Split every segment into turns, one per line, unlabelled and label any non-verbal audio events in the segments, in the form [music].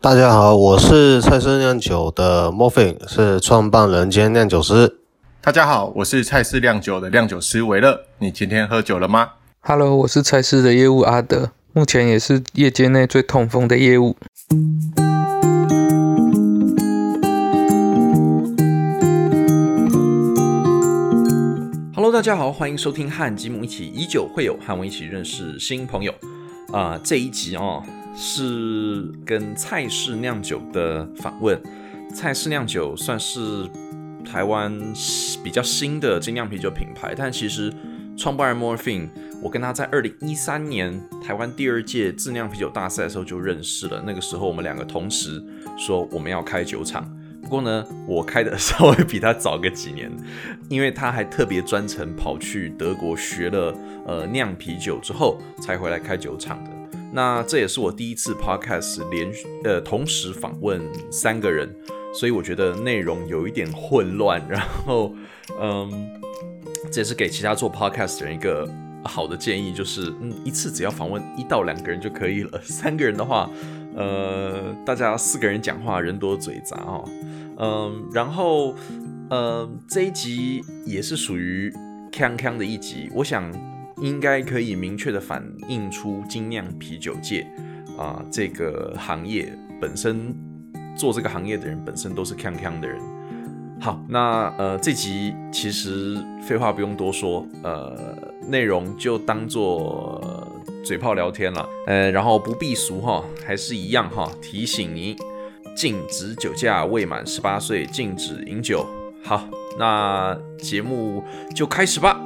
大家好，我是蔡氏酿酒的 Morphin，是创办人兼酿酒师。
大家好，我是蔡氏酿酒的酿酒师维乐。你今天喝酒了吗？
Hello，我是菜市的业务阿德，目前也是业界内最痛风的业务。
Hello，大家好，欢迎收听和吉姆一起以酒会友，和我一起认识新朋友。啊、这一集哦是跟蔡氏酿酒的访问。蔡氏酿酒算是台湾比较新的精酿啤酒品牌，但其实创办人 Morphine，我跟他在二零一三年台湾第二届自酿啤酒大赛的时候就认识了。那个时候我们两个同时说我们要开酒厂，不过呢，我开的稍微比他早个几年，因为他还特别专程跑去德国学了呃酿啤酒之后，才回来开酒厂的。那这也是我第一次 podcast 连续呃同时访问三个人，所以我觉得内容有一点混乱，然后嗯，这也是给其他做 podcast 的人一个好的建议，就是嗯一次只要访问一到两个人就可以了，三个人的话，呃大家四个人讲话人多嘴杂哦，嗯，然后，呃，这一集也是属于康康的一集，我想应该可以明确的反映出精酿啤酒界啊、这个行业本身做这个行业的人本身都是康康的人。好，那呃这集其实废话不用多说，呃内容就当做、呃嘴炮聊天了，呃然后不避俗哈，还是一样哈，提醒你禁止酒驾，未满十八岁禁止饮酒。好，那节目就开始吧。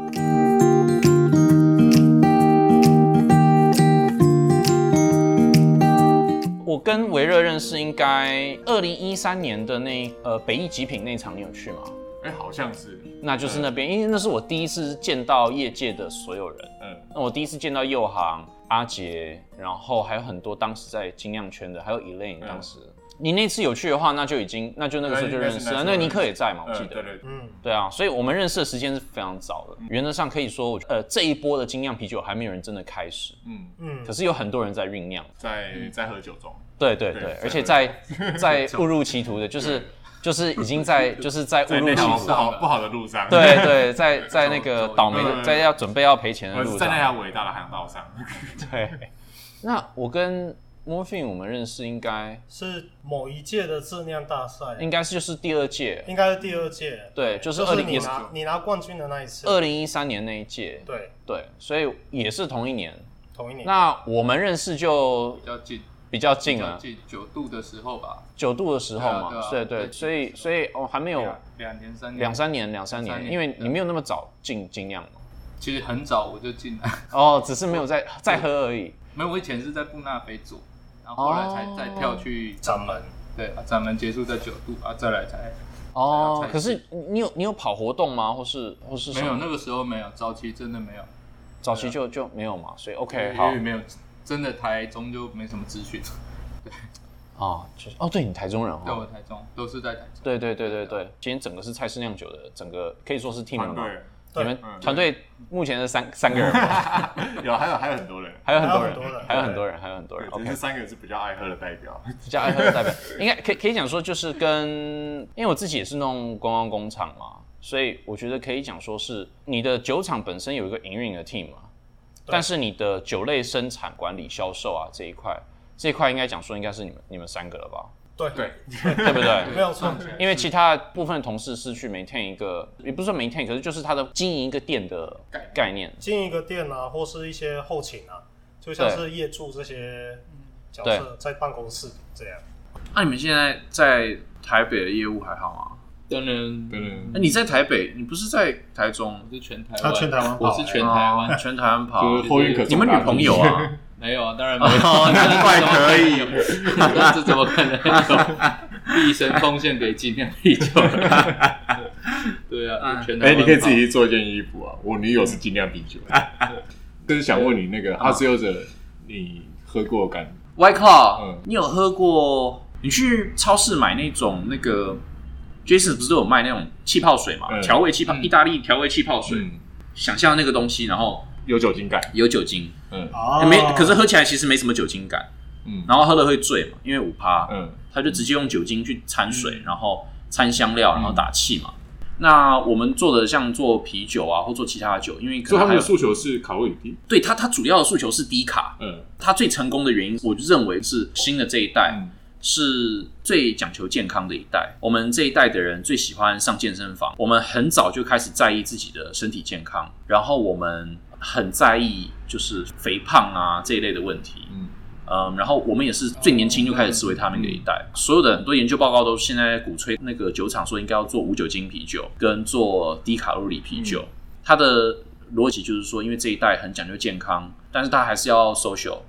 我跟维热认识应该二零一三年的那呃北艺极品那场，你有去吗？
哎、好像是。
那就是那边，因为那是我第一次见到业界的所有人。
嗯，
那我第一次见到佑航、阿杰，然后还有很多当时在精酿圈的，还有 Elaine。
嗯
当时、你那次有去的话，那就已经那就那个时候就认识
那应该是那
了。
时候
那个尼克也在嘛，我
嗯
记得。
对对对，
对啊，所以我们认识的时间是非常早的。原则上可以说，我觉得呃这一波的精酿啤酒还没有人真的开始，
嗯，
可是有很多人在酝酿。
在在喝酒中，
对对
对
对
在，
而且在在误入歧途的，就是就是已经在就是在误
在
入
那
歧
条
途
不 [laughs] 好不好的路上，
对，对，在在那个倒霉
嗯
的，在要准备要赔钱的
我是
路
在那
上。嗯
条伟大的航道上。
对，那我跟 Morphine 我们认识应该
是某一届的质量大赛，啊
应该是就是第二届，
应该是第二届，
对，就是
就
二
是
零
你
也
拿你拿冠军的那一次，
二零一三年那一届，
对，
对，所以也是同一年。
同一年。
那我们认识就
比较近，
比较
比
近啊
较
了，
近九度的时候吧，
九度的时候
对
嘛
啊，对
对
啊
对，
对
所以所以哦还没有
两年三年，
两三年两三
两三
年，
年
因为
对
你没有那么早进精酿嘛。
其实很早我就进来，
哦，只是没有在在喝而已。
没有，我以前是在布纳菲做，然后后来才
哦
再跳去
掌门，
对啊，掌门结束在九度啊，再来才
哦
菜，
可是你有你有跑活动吗？或是或是什
没
么
有，那个时候没有，早期真的没有
早期就就没有嘛，所以 OK
因
好
为没有真的台中就没什么资讯，
啊，就是哦，对你台中人
在我
哦，
台中都是在台中，
对对对对对，今天整个是蔡氏酿酒的整个可以说是 team
团
了嘛，
队
你们团队目前是三三个人吗？
有还有还有很多人，
还有很
还有
多
很多
人，
人
还有很多人，还有很多
对
人，
只
OK
是。三个是比较爱喝的代表。
比较爱喝的代表， [laughs] 应该可以可以讲说，就是跟，因为我自己也是弄观光工厂嘛，所以我觉得可以讲说是你的酒厂本身有一个营运的 team 嘛，
对
但是你的酒类生产管理、销售啊这一块，这一块应该讲说应该是你们你们三个了吧， [laughs]
对
对，
[laughs]
对不 [laughs] 对？
没有错
算，起来
因为其他部分同事是去 maintain 一个，也不是说 maintain，可是就是他的经营一个店的概念。
进一个店啊，或是一些后勤啊，就像是业助这些角色在办公室这样。
啊那你们现在在台北的业务还好吗？
当然
对对
哎，你在台北，你不是在台中哦
我？是全台
他
湾，
啊全台湾跑
我是全台湾，
全台湾跑。
就是货运可
你们女朋友啊？哦
没有啊，当然没有， [laughs] 难怪可以， [laughs]
[laughs]
这怎么可能
哎
有毕生奉献给精酿啤 [laughs] 酒？对啊，就全台
哎、
湾
你可以自己去做一件衣服啊！我女友是精酿啤酒， [laughs] 就是想问你那个二十六者，你喝过感？
White Claw，、
嗯
你有喝过？你去超市买那种那个 Jason 不是都有卖那种气泡水嘛？
嗯
调、味气泡，
嗯
意大利调味气泡水。
嗯，
想象那个东西，然后
有酒精感，
有酒精，
嗯，
哦
哎
没，可是喝起来其实没什么酒精感。
嗯
然后喝了会醉嘛，因为五趴，
嗯
他就直接用酒精去掺水，然后掺香料，
嗯
然后打气嘛。那我们做的像做啤酒啊，或做其他的酒，因为可
所以他
能
们
还有
的诉求是卡路里低，
对他他主要的诉求是低卡，
嗯
他最成功的原因，我就认为是新的这一代、
嗯
是最讲求健康的一代。我们这一代的人最喜欢上健身房，我们很早就开始在意自己的身体健康，然后我们很在意就是肥胖啊这一类的问题。
嗯
嗯，然后我们也是最年轻就开始吃维他命的一
哦嗯
代，所有的很多研究报告都现在鼓吹那个酒厂说应该要做无酒精啤酒跟做低卡路里啤酒，
嗯
它的逻辑就是说，因为这一代很讲究健康，但是它还是要 social，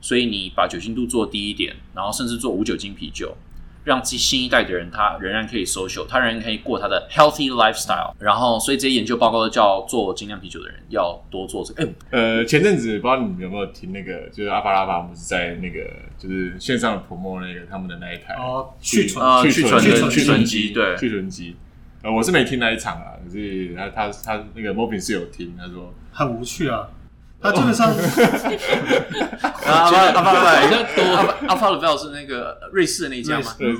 所以你把酒精度做低一点，然后甚至做无酒精啤酒，让新新一代的人他仍然可以 social，他仍然可以过他的 healthy lifestyle，然后所以这些研究报告都叫做精酿啤酒的人要多做这个。哎
呃，前阵子不知道你们有没有听那个，就是阿巴拉巴不是在那个就是线上的 promo 那个他们的那一台
哦，去存
啊
去
去
存
存
去
去
存
机
机对
去存机。呃，我是没听那一场啊，可是他他他那个 Mobin 是有听，他说
很无趣啊。他基
[laughs]
本上
阿
巴阿巴拉巴
比较多。阿巴拉巴是那个瑞士的那一家吗？
对
瑞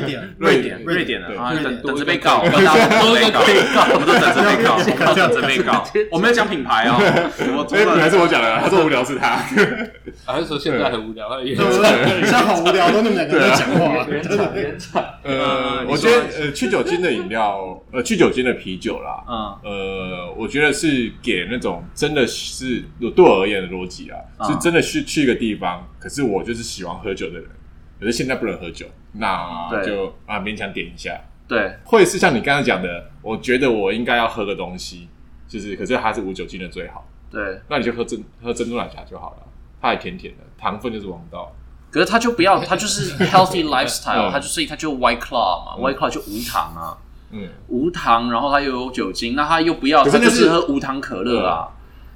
对
瑞典
瑞典，瑞典
对
的啊，
瑞典
等等着被告，等着被告，我们都等着被告，我们都等着被告。我没有讲品牌哦，
我突
哎，本来
然
是我讲的，他说无聊是他。
还啊是说现在很无聊，也
对不对？现在好无聊，都你们两个人在讲话，真的。
原厂
啊呃，
嗯
我觉得呃去酒精的饮料，呃去酒精的啤酒啦，
嗯，
呃，我觉得是给那种真的是对我而言的逻辑啊，
嗯
是真的去去一个地方，可是我就是喜欢喝酒的人，可是现在不能喝酒，那
对
就啊勉强点一下，
对，
或者是像你刚才讲的，我觉得我应该要喝个东西，就是可是它是无酒精的最好，
对，
那你就喝珍喝珍珠奶茶就好了，它还甜甜的，糖分就是王道，
可是他就
[laughs]
不要，他就是 healthy
嗯
lifestyle，他就所以他就 white claw 嘛，white claw 就无糖啊，
嗯，
无糖，然后它又有酒精，那他又不要，
可
他
是
就
那嗯
是
是
喝无糖可乐啊。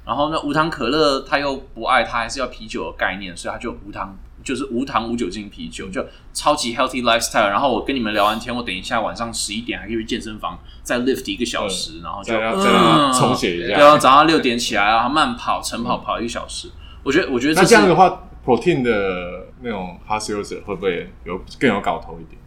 然后呢，无糖可乐他又不爱，他还是要啤酒的概念，所以他就无糖，就是无糖无酒精啤
嗯
酒，就超级 healthy lifestyle。然后我跟你们聊完天，我等一下晚上十一点还可以去健身房再 lift 一个小时，然后就
再让再让
嗯
它重写一
对啊，
下。嗯
早上六点起来啊，然后慢跑、晨跑跑一个小时。我觉得，我觉得
那
这
这样
是
的话，protein 的那种 hard sales 会不会有更有搞头一点？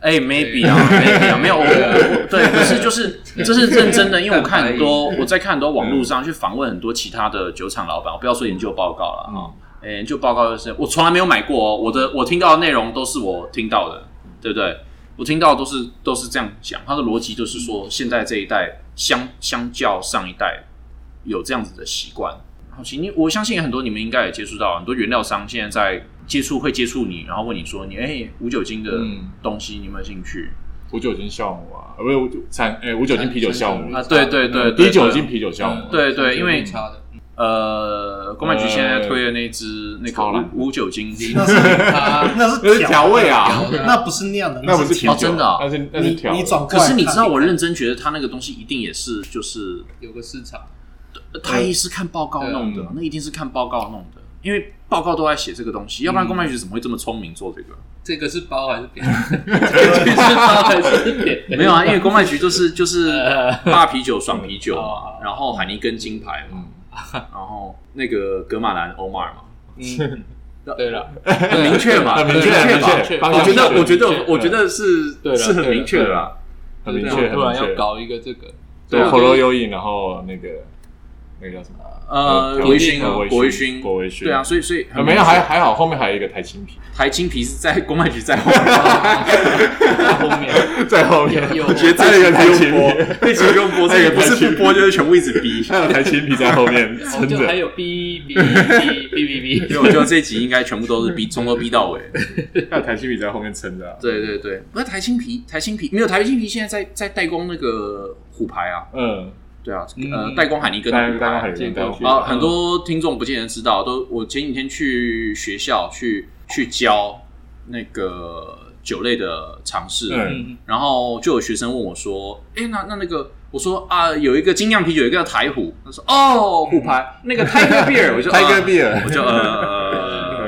哎、m a y b e 啊，maybe 啊，没有，我我对，可是就是这是认真的，因为我看很多，我在看很多网络上去访问很多其他的酒厂老板，我不要说研究报告了啊，哎研究报告就是我从来没有买过哦，我的我听到的内容都是我听到的，对不对？我听到都是都是这样讲，他的逻辑就是说，现在这一代相相较上一代有这样子的习惯。好奇，你我相信很多你们应该也接触到很多原料商现在在接触会接触你，然后问你说你哎、无酒精的
嗯
东西你有没有兴趣？
无酒精酵母啊，呃不是无酒产诶、无酒精啤酒酵母
啊，对对对，对嗯
低酒精啤酒酵母，
对对因为
差的，
呃，公卖局现在推的那支那
超
个
懒
无无酒精
[laughs]
[laughs]
那是
他
那
那
是
是调味啊，
那不是酿的，
那不是
调
啤酒，
哦真的啊
那是那
你
是调味。
你转过
可
来看，
是你知道，我认真觉得他那个东西一定也是就是
有个市场，
他也是看报告弄的
对啊，
那一定是看报告弄的，因为报告都在写这个东西，要不然
嗯
公卖局怎么会这么聪明做
[laughs]
这个？
这个是包还是扁？这个是包还是
[laughs]
扁？
没有啊，因为公卖局就是就是
呃
大啤酒、爽
[laughs]
啤酒
哦
嘛，然后海尼根金牌嘛，
嗯，
然后那个格马兰欧马尔嘛，
对了，
很明确嘛，
很明确，
很
很
明
明
确吧？
确。
我觉得，我
很明
觉得，
确
我觉得是
对啦
是很
对啦
明确的啦。
很
啊
明确，
啊突然要
搞
搞一个这个，
对啊
火罗优饮，然后那个那个叫什么？
呃，
呃
微醺
国
啊，
威
国威
勋
勋，
国威勋
对啊，所以所以
呃没有，还还好，后面还有一个台青啤 [laughs]
台青皮是在公卖局在后面，
在后面
在后面，
有
我觉得
还有一个
这
台
一集
青
不用播
啤，，
这一集不用播，
还
这
有一个
个哎不
台
是
青
不播就是全部一直逼，
还有台青啤在后面，
[laughs]
我
真
哦就还
的。
有哔哔哔哔
因
哔
为我觉得这一集应该全部都是逼，从头逼到尾。
还有台青啤在后面撑着啊。
[laughs] 对对对，不是台青皮，台青皮没有台青皮，现在在在代工那个虎牌啊，
嗯，
对啊，呃，
嗯
代工海尼根的
大家
虎
大家
牌
很
结
认
构
同
学。
啊，很多听众不见得知道，都我前几天去学校去去教那个酒类的尝试，
嗯，
哔，
然后就有学生问我说：“哎、那那那个，我说啊，有一个精酿啤酒，有一个叫台虎。”他说：“哦，虎牌那个 Tiger Beer。”我就
Tiger
呃
Beer
[laughs] 我就呃呃呃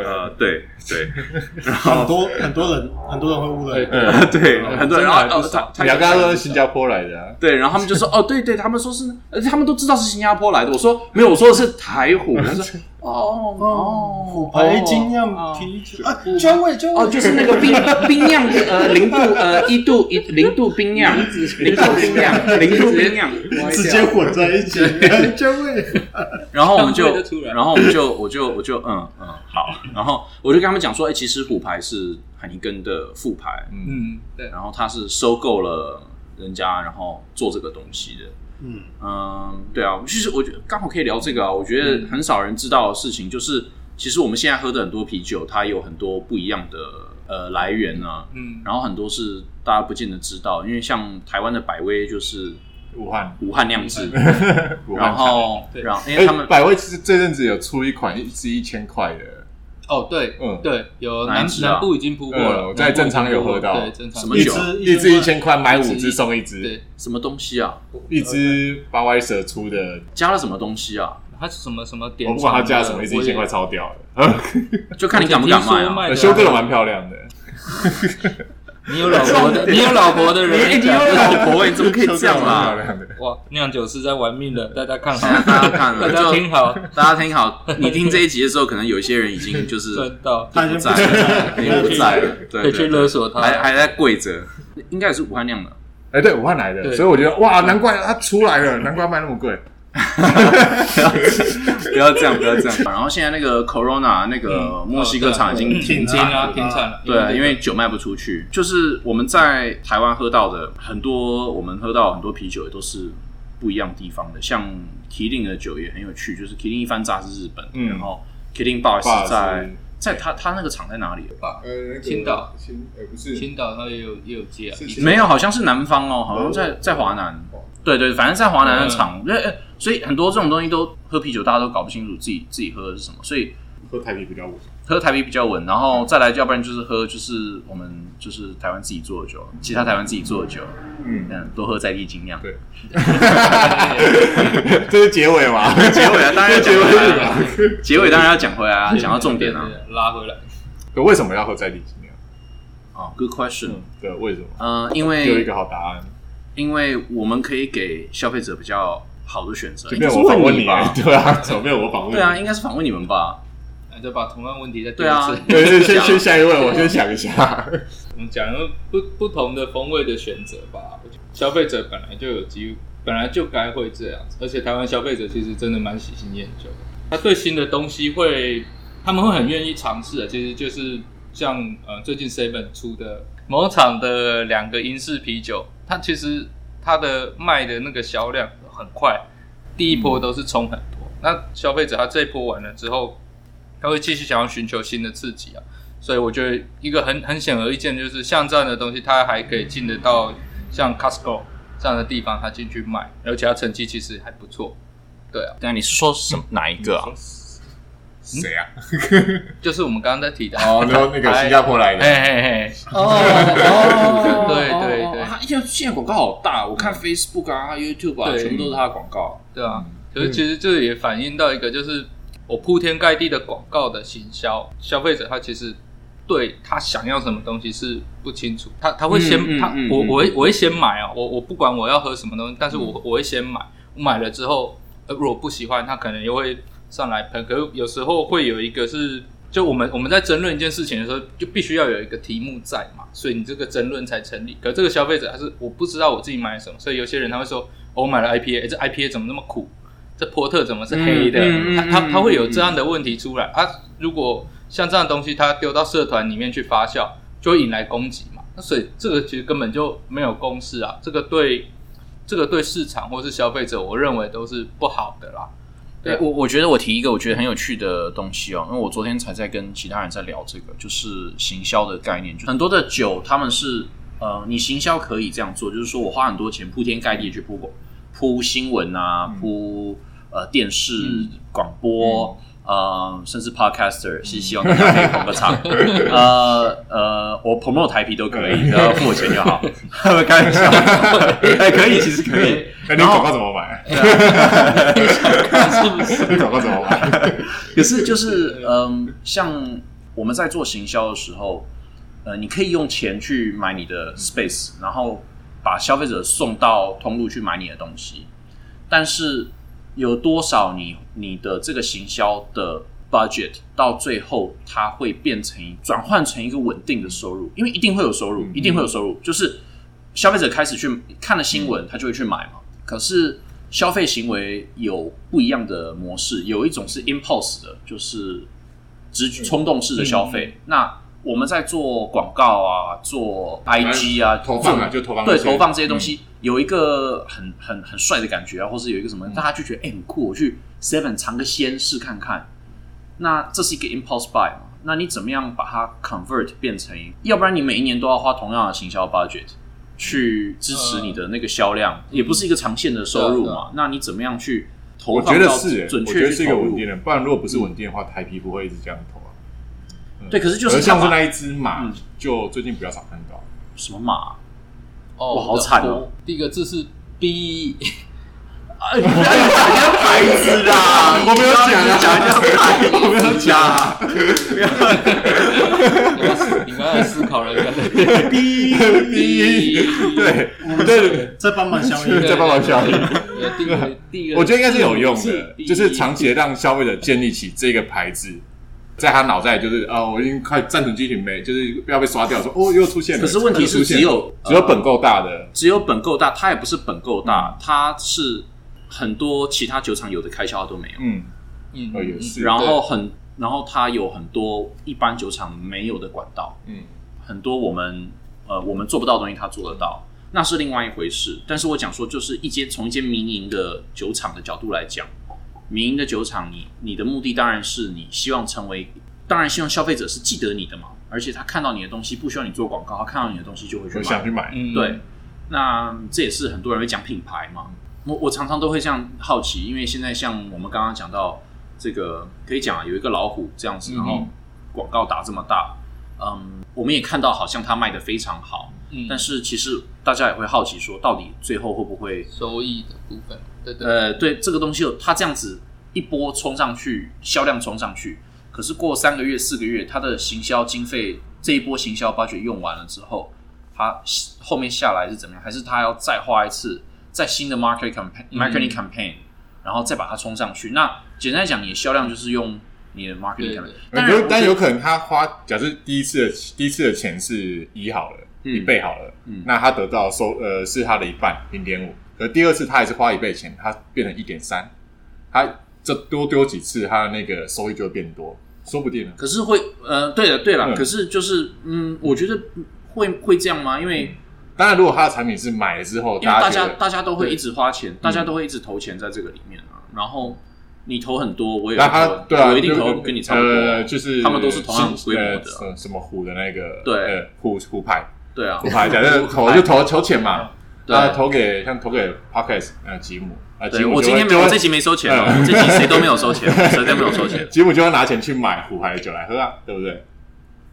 呃，对对
很多很多人很多人会误认，
嗯
[laughs] 对，很多人然后
真的还不
呃，他他
你要跟他说新加坡来的啊，
对，然后他 [laughs] 们就说：“哦，对对，他们说是，呃他们都知道是新加坡来的。”我说：“没有，我说的是台虎。”他说：“哦哦，
哎，精酿啤酒啊，专位专
哦，
位
就是那个 [laughs] 冰冰酿的呃零度呃一度一零度冰酿，零度冰酿，零度冰酿。
直接混在一起，专位
然后我们
当
就
队就出来，了
然后我们就我就我就嗯嗯好，然后我就跟他们讲说，哎，其实虎牌是海尼根的副牌，
嗯，对，
然后他是收购了人家，然后做这个东西的。
嗯
嗯，对啊，其实我觉得刚好可以聊这个啊。我觉得很少人知道的事情就是，其实我们现在喝的很多啤酒，它有很多不一样的呃来源啊。
嗯，
然后很多是大家不见得知道，因为像台湾的百威就是
武汉，
武汉酿制，
武汉
然后
对
然后因
哎
为他们，
百威其实这阵子有出一款是一千块的，
哦，对，
嗯
对，有
哪一
南
支啊
南部已经铺过
嗯
了，
我在正常有喝到
对，正常
什么
一
酒
支一支一千块买五支送一支，
对，
什么东西啊，
一支八歪蛇出的，
加了什么东西啊，
它是什么什么点，
我不管它加什么，一支一千块，超屌的，
就看你敢不敢卖
我听说卖
啊。
的
修这个蛮漂亮的，
你有老婆
[laughs]
的，你有老婆的人，你敢
哎老婆，你怎么可
[laughs]
以
修
这
这个
样
蛮漂
啊？
亮的，
哇，酿酒师在玩命了，大家看好，
大家看了
大家听好，
大家听好，你听这一集的时候，可能有一些人已经
[laughs]
就是
赚到，
不在了，已 [laughs] 经不在了，对，
可
对
以去
对
勒索他，
还还在跪着，应该也是武汉酿的。
哎，对，武汉来的，
对
所以我觉得哇，难怪它出来了，难怪卖那么贵，
不要这样，不要这样。 [laughs] 嗯然后现在那个 Corona 那个呃墨西哥厂已经停
嗯停
产
经
了，
啊，停产了，
嗯对，因为酒卖不出去。就是我们在台湾喝到的很多，我们喝到很多啤酒也都是不一样地方的。像麒麟的酒也很有趣，就是 Killing 一番榨是日本，
嗯
然后 Killing Bar 是在
Bar 是
在他他那个厂在哪里？啊
呃，
青岛，
青，呃，不是
青岛它也有也有接啊，
是
一
青
没有，好像是南方哦，好像在在华南。对对，反正在华南的厂，呃呃所以很多这种东西都喝啤酒，大家都搞不清楚自己自己喝的是什么，所以
喝台啤比较稳，
喝台啤比较稳，然后再来，要不然就是喝就是我们就是台湾自己做的酒，其他台湾自己做的酒，
嗯， [laughs]
嗯，多喝在地精酿。
对这是结尾嘛？
[laughs] 结尾
[laughs]
啊，当然要
结
讲
尾
回
是
来啊， [laughs] 结尾当然要讲回来啊，讲到重点啊
对。对对拉回来，
可为什么要喝在地精酿？
哦，Good question。
对，为什么？
嗯，
给
因
我一
为
个好答案，
因为我们可以给消费者比较好的选择，
随
应该
便
哎是
我访问
你
你啊
吧，？
对啊， [laughs] 怎么没有我访问？
对啊，，应该是访问你们吧？
那就把同样问题哎再丢
对
一
啊
[laughs] 次。，
对对，先先下一位，我先想一下。
我们讲了不不同的风味的选择吧。我觉得消费者本来就有机，本来就该会这样子，而且台湾消费者其实真的蛮喜新厌旧的，他对新的东西会，他们会很愿意尝试的。其实就是像呃最近 Seven 出的某厂的两个英式啤酒，它其实它的卖的那个销量很快，第一波都是冲很多，那消费者他这一波完了之后，他会继续想要寻求新的刺激啊。所以我觉得一个很很显而易见，就是像这样的东西，它还可以进得到像 Costco 这样的地方，它进去卖，而且它成绩其实还不错。对啊，
但你是说什么哪一个啊？
谁啊？
就是我们刚刚在提
[laughs]
的，啊
哦，然后那个新加坡来
嘿
的，
嘿嘿，
哦哦
对对对
他现在现在广告好大，我看 Facebook 啊、YouTube 啊，
对
全部都是他的广告。
对啊，可是其实这也反映到一个，就是我铺天盖地的广告的行销，消费者他其实对他想要什么东西是不清楚，他他会先、
嗯嗯
他
嗯
我
嗯
我会我会先买啊，我我不管我要喝什么东西，但是我、我会先买，我买了之后，呃，如果不喜欢，他可能又会上来喷。可是有时候会有一个是。就我们我们在争论一件事情的时候，就必须要有一个题目在嘛，所以你这个争论才成立。可这个消费者他是我不知道我自己买什么，所以有些人他会说，哦我买了 IPA，诶这 IPA 怎么那么苦？这波特怎么是黑的？
嗯嗯嗯
他他
嗯
他会有这样的问题出来啊。如果像这样的东西，它丢到社团里面去发酵，就会引来攻击嘛。那所以这个其实根本就没有公式啊，这个对这个对市场或是消费者，我认为都是不好的啦。对啊
对我，我觉得我提一个我觉得很有趣的东西哦，因为我昨天才在跟其他人在聊这个，就是行销的概念。就很多的酒他们是呃，你行销可以这样做，就是说我花很多钱铺天盖地地去铺广铺新闻啊，铺呃电视
嗯
广播。呃，甚至 podcaster 是希望大家可以捧个
[laughs]
场，呃呃，我 promote 台皮都可以，
嗯
只要付我钱就
[laughs]
好，开玩笑，哎，可以，其实可以，
那你广告怎么买？ [laughs]
是不是？
你广告怎么买？
可是就是嗯，像我们在做行销的时候，呃，你可以用钱去买你的 space，然后把消费者送到通路去买你的东西，但是。有多少你你的这个行销的 budget 到最后它会变成转换成一个稳定的收入，因为一定会有收
嗯
入，一定会有收入，就是消费者开始去看了新
嗯
闻，他就会去买嘛。可是消费行为有不一样的模式，有一种是 impulse 的，就是直
嗯
觉冲动式的消费。那我们在做广告啊，做 IG 啊，
投放
做
啊，就投放
对
这些
投放这些
嗯
东西、有一个很很很帅的感觉啊，或是有一个什么，
嗯
大家就觉得哎、很酷，我去 Seven 尝个鲜试看看。那这是一个 impulse buy 嘛？那你怎么样把它 convert 变成？要不然你每一年都要花同样的行销 budget 去支持你的那个销量，也不是一个长线的收入
嗯对啊
嘛？那你怎么样去投
我
放
觉得
到
是，
准
我觉得
确
是
去
一个
投
稳
入嗯
定？的，不然如果不是稳定的话，台皮不会一直这样投啊。
对，可是就
而
是
呃像是
干嘛
那一只马
嗯，
就最近比较少看到。
什么马
[laughs]
啊、
哦
哇好惨哦！
第一个字是 B，E，
哎，不要讲牌子啦！
我没有讲啊
讲
[laughs]
人家牌子，我没有讲啊。
你刚才思考了一
[laughs]
下。B，
对，对，
这帮忙效
对 [laughs]
应，
在帮忙效应
第一个第一个，
我觉得应该是有用的，
B
就是长期的让消费者建立起这个牌子。在他脑袋就是啊、我已经快暂停机群没，就是要被刷掉，说哦又出现了。
可是问题
又
是
出现
只有呃
只有本够大的，
只有本够大，它也不是本够
嗯
大，它是很多其他酒厂有的开销它都没有，
嗯，
嗯
哦也是，
然后很，然后它有很多一般酒厂没有的管道，
嗯，
很多我们呃我们做不到的东西，它做得到，那是另外一回事。但是我讲说，就是一间从一间民营的酒厂的角度来讲，民营的酒厂你，你的目的当然是你希望成为，当然希望消费者是记得你的嘛，而且他看到你的东西不需要你做广告，他看到你的东西就会去
我
买
想。去买，
嗯
对，那这也是很多人会讲品牌嘛。我我常常都会这样好奇，因为现在像我们刚刚讲到这个，可以讲啊，有一个老虎这样子，然后广告打这么大，嗯，我们也看到好像它卖的非常好，
嗯
但是其实大家也会好奇说，到底最后会不会
收益的部分，对对，
呃，对这个东西有，它这样子一波冲上去，销量冲上去，可是过三个月、四个月，它的行销经费这一波行销八 u 用完了之后，它后面下来是怎么样？还是它要再花一次，在新的 market campaign、marketing
嗯
campaign，然后再把它冲上去？那简单来讲，你的销量就是用你的 marketing
对
campaign，当
但
然我
但
觉
有
得
可能他花，假设第一次的第一次的钱是一好了，
嗯
一倍好了，
嗯
那他得到收呃是他的一半零点五，可第二次他还是花一倍钱，他变成一点三，他这多丢几次，他的那个收益就会变多，说不定呢。
可是会呃，对了对了，
嗯
可是就是嗯，我觉得会会这样吗？因为、
当然，如果他的产品是买了之后，
因为
家
大家
觉得嗯
大家都会一直花钱，大家都会一直投钱在这个里面啊。然后你投很多，我也
那
会
他
投
对啊，
我一定
就
投跟你差不多啊。
呃，就是
他们都是同样规模的啊
是呃什么虎的那个
对
呃虎虎牌
对啊
虎，牌，
[laughs]
假设投就投投钱嘛，
对
啊，投给像投给 Podcast 呃吉姆啊，吉
对
姆
我
就
今
会
天没
就
有，
会
我这集没收钱哦，
嗯
我这集谁都没有
[laughs]
收钱，谁都没有收钱。
吉姆就会拿钱去买虎牌的酒来喝啊，对不对？